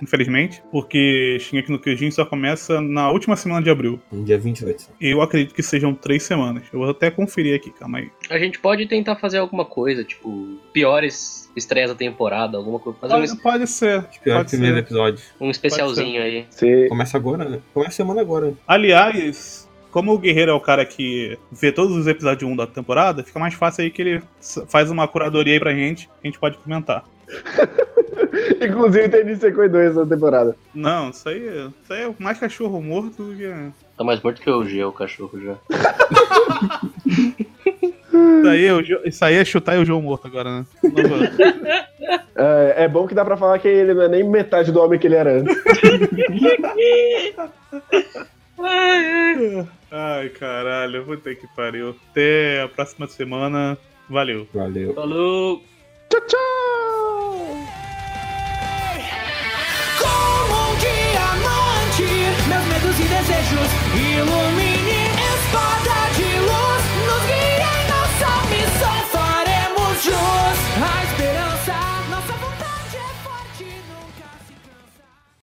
[SPEAKER 3] infelizmente, porque Shingeki no Kyojin só começa na última semana de abril.
[SPEAKER 5] No Dia 28.
[SPEAKER 3] Eu acredito que sejam três semanas. Eu vou até conferir aqui, calma aí.
[SPEAKER 6] A gente pode tentar fazer alguma coisa, tipo, piores estreias da temporada, alguma coisa. Fazer um,
[SPEAKER 3] Pode, pode ser.
[SPEAKER 5] Os piores
[SPEAKER 3] Pode ser.
[SPEAKER 5] primeiros episódios.
[SPEAKER 6] um especialzinho aí.
[SPEAKER 4] Se-
[SPEAKER 5] Começa agora, né? Começa semana agora.
[SPEAKER 3] Aliás, como o Guerreiro é o cara que vê todos os episódios 1 da temporada, fica mais fácil aí que ele s- faz uma curadoria aí pra gente, a gente pode comentar.
[SPEAKER 4] Inclusive tem Nisekoi 2 na temporada.
[SPEAKER 3] Não, isso aí, isso aí é mais cachorro morto do que.
[SPEAKER 6] Tá mais morto que o G, o cachorro já.
[SPEAKER 3] Isso aí é, o Jo- isso aí é chutar e o João morto agora, né? Não vou-
[SPEAKER 4] É, é bom que dá pra falar que ele não é nem metade do homem que ele era antes.
[SPEAKER 3] Ai, caralho, vou ter que pariu. Até a próxima semana. Valeu.
[SPEAKER 5] Valeu.
[SPEAKER 6] Falou!
[SPEAKER 4] Tchau, tchau!
[SPEAKER 7] Como um diamante, meus medos e desejos iluminam.
[SPEAKER 2] é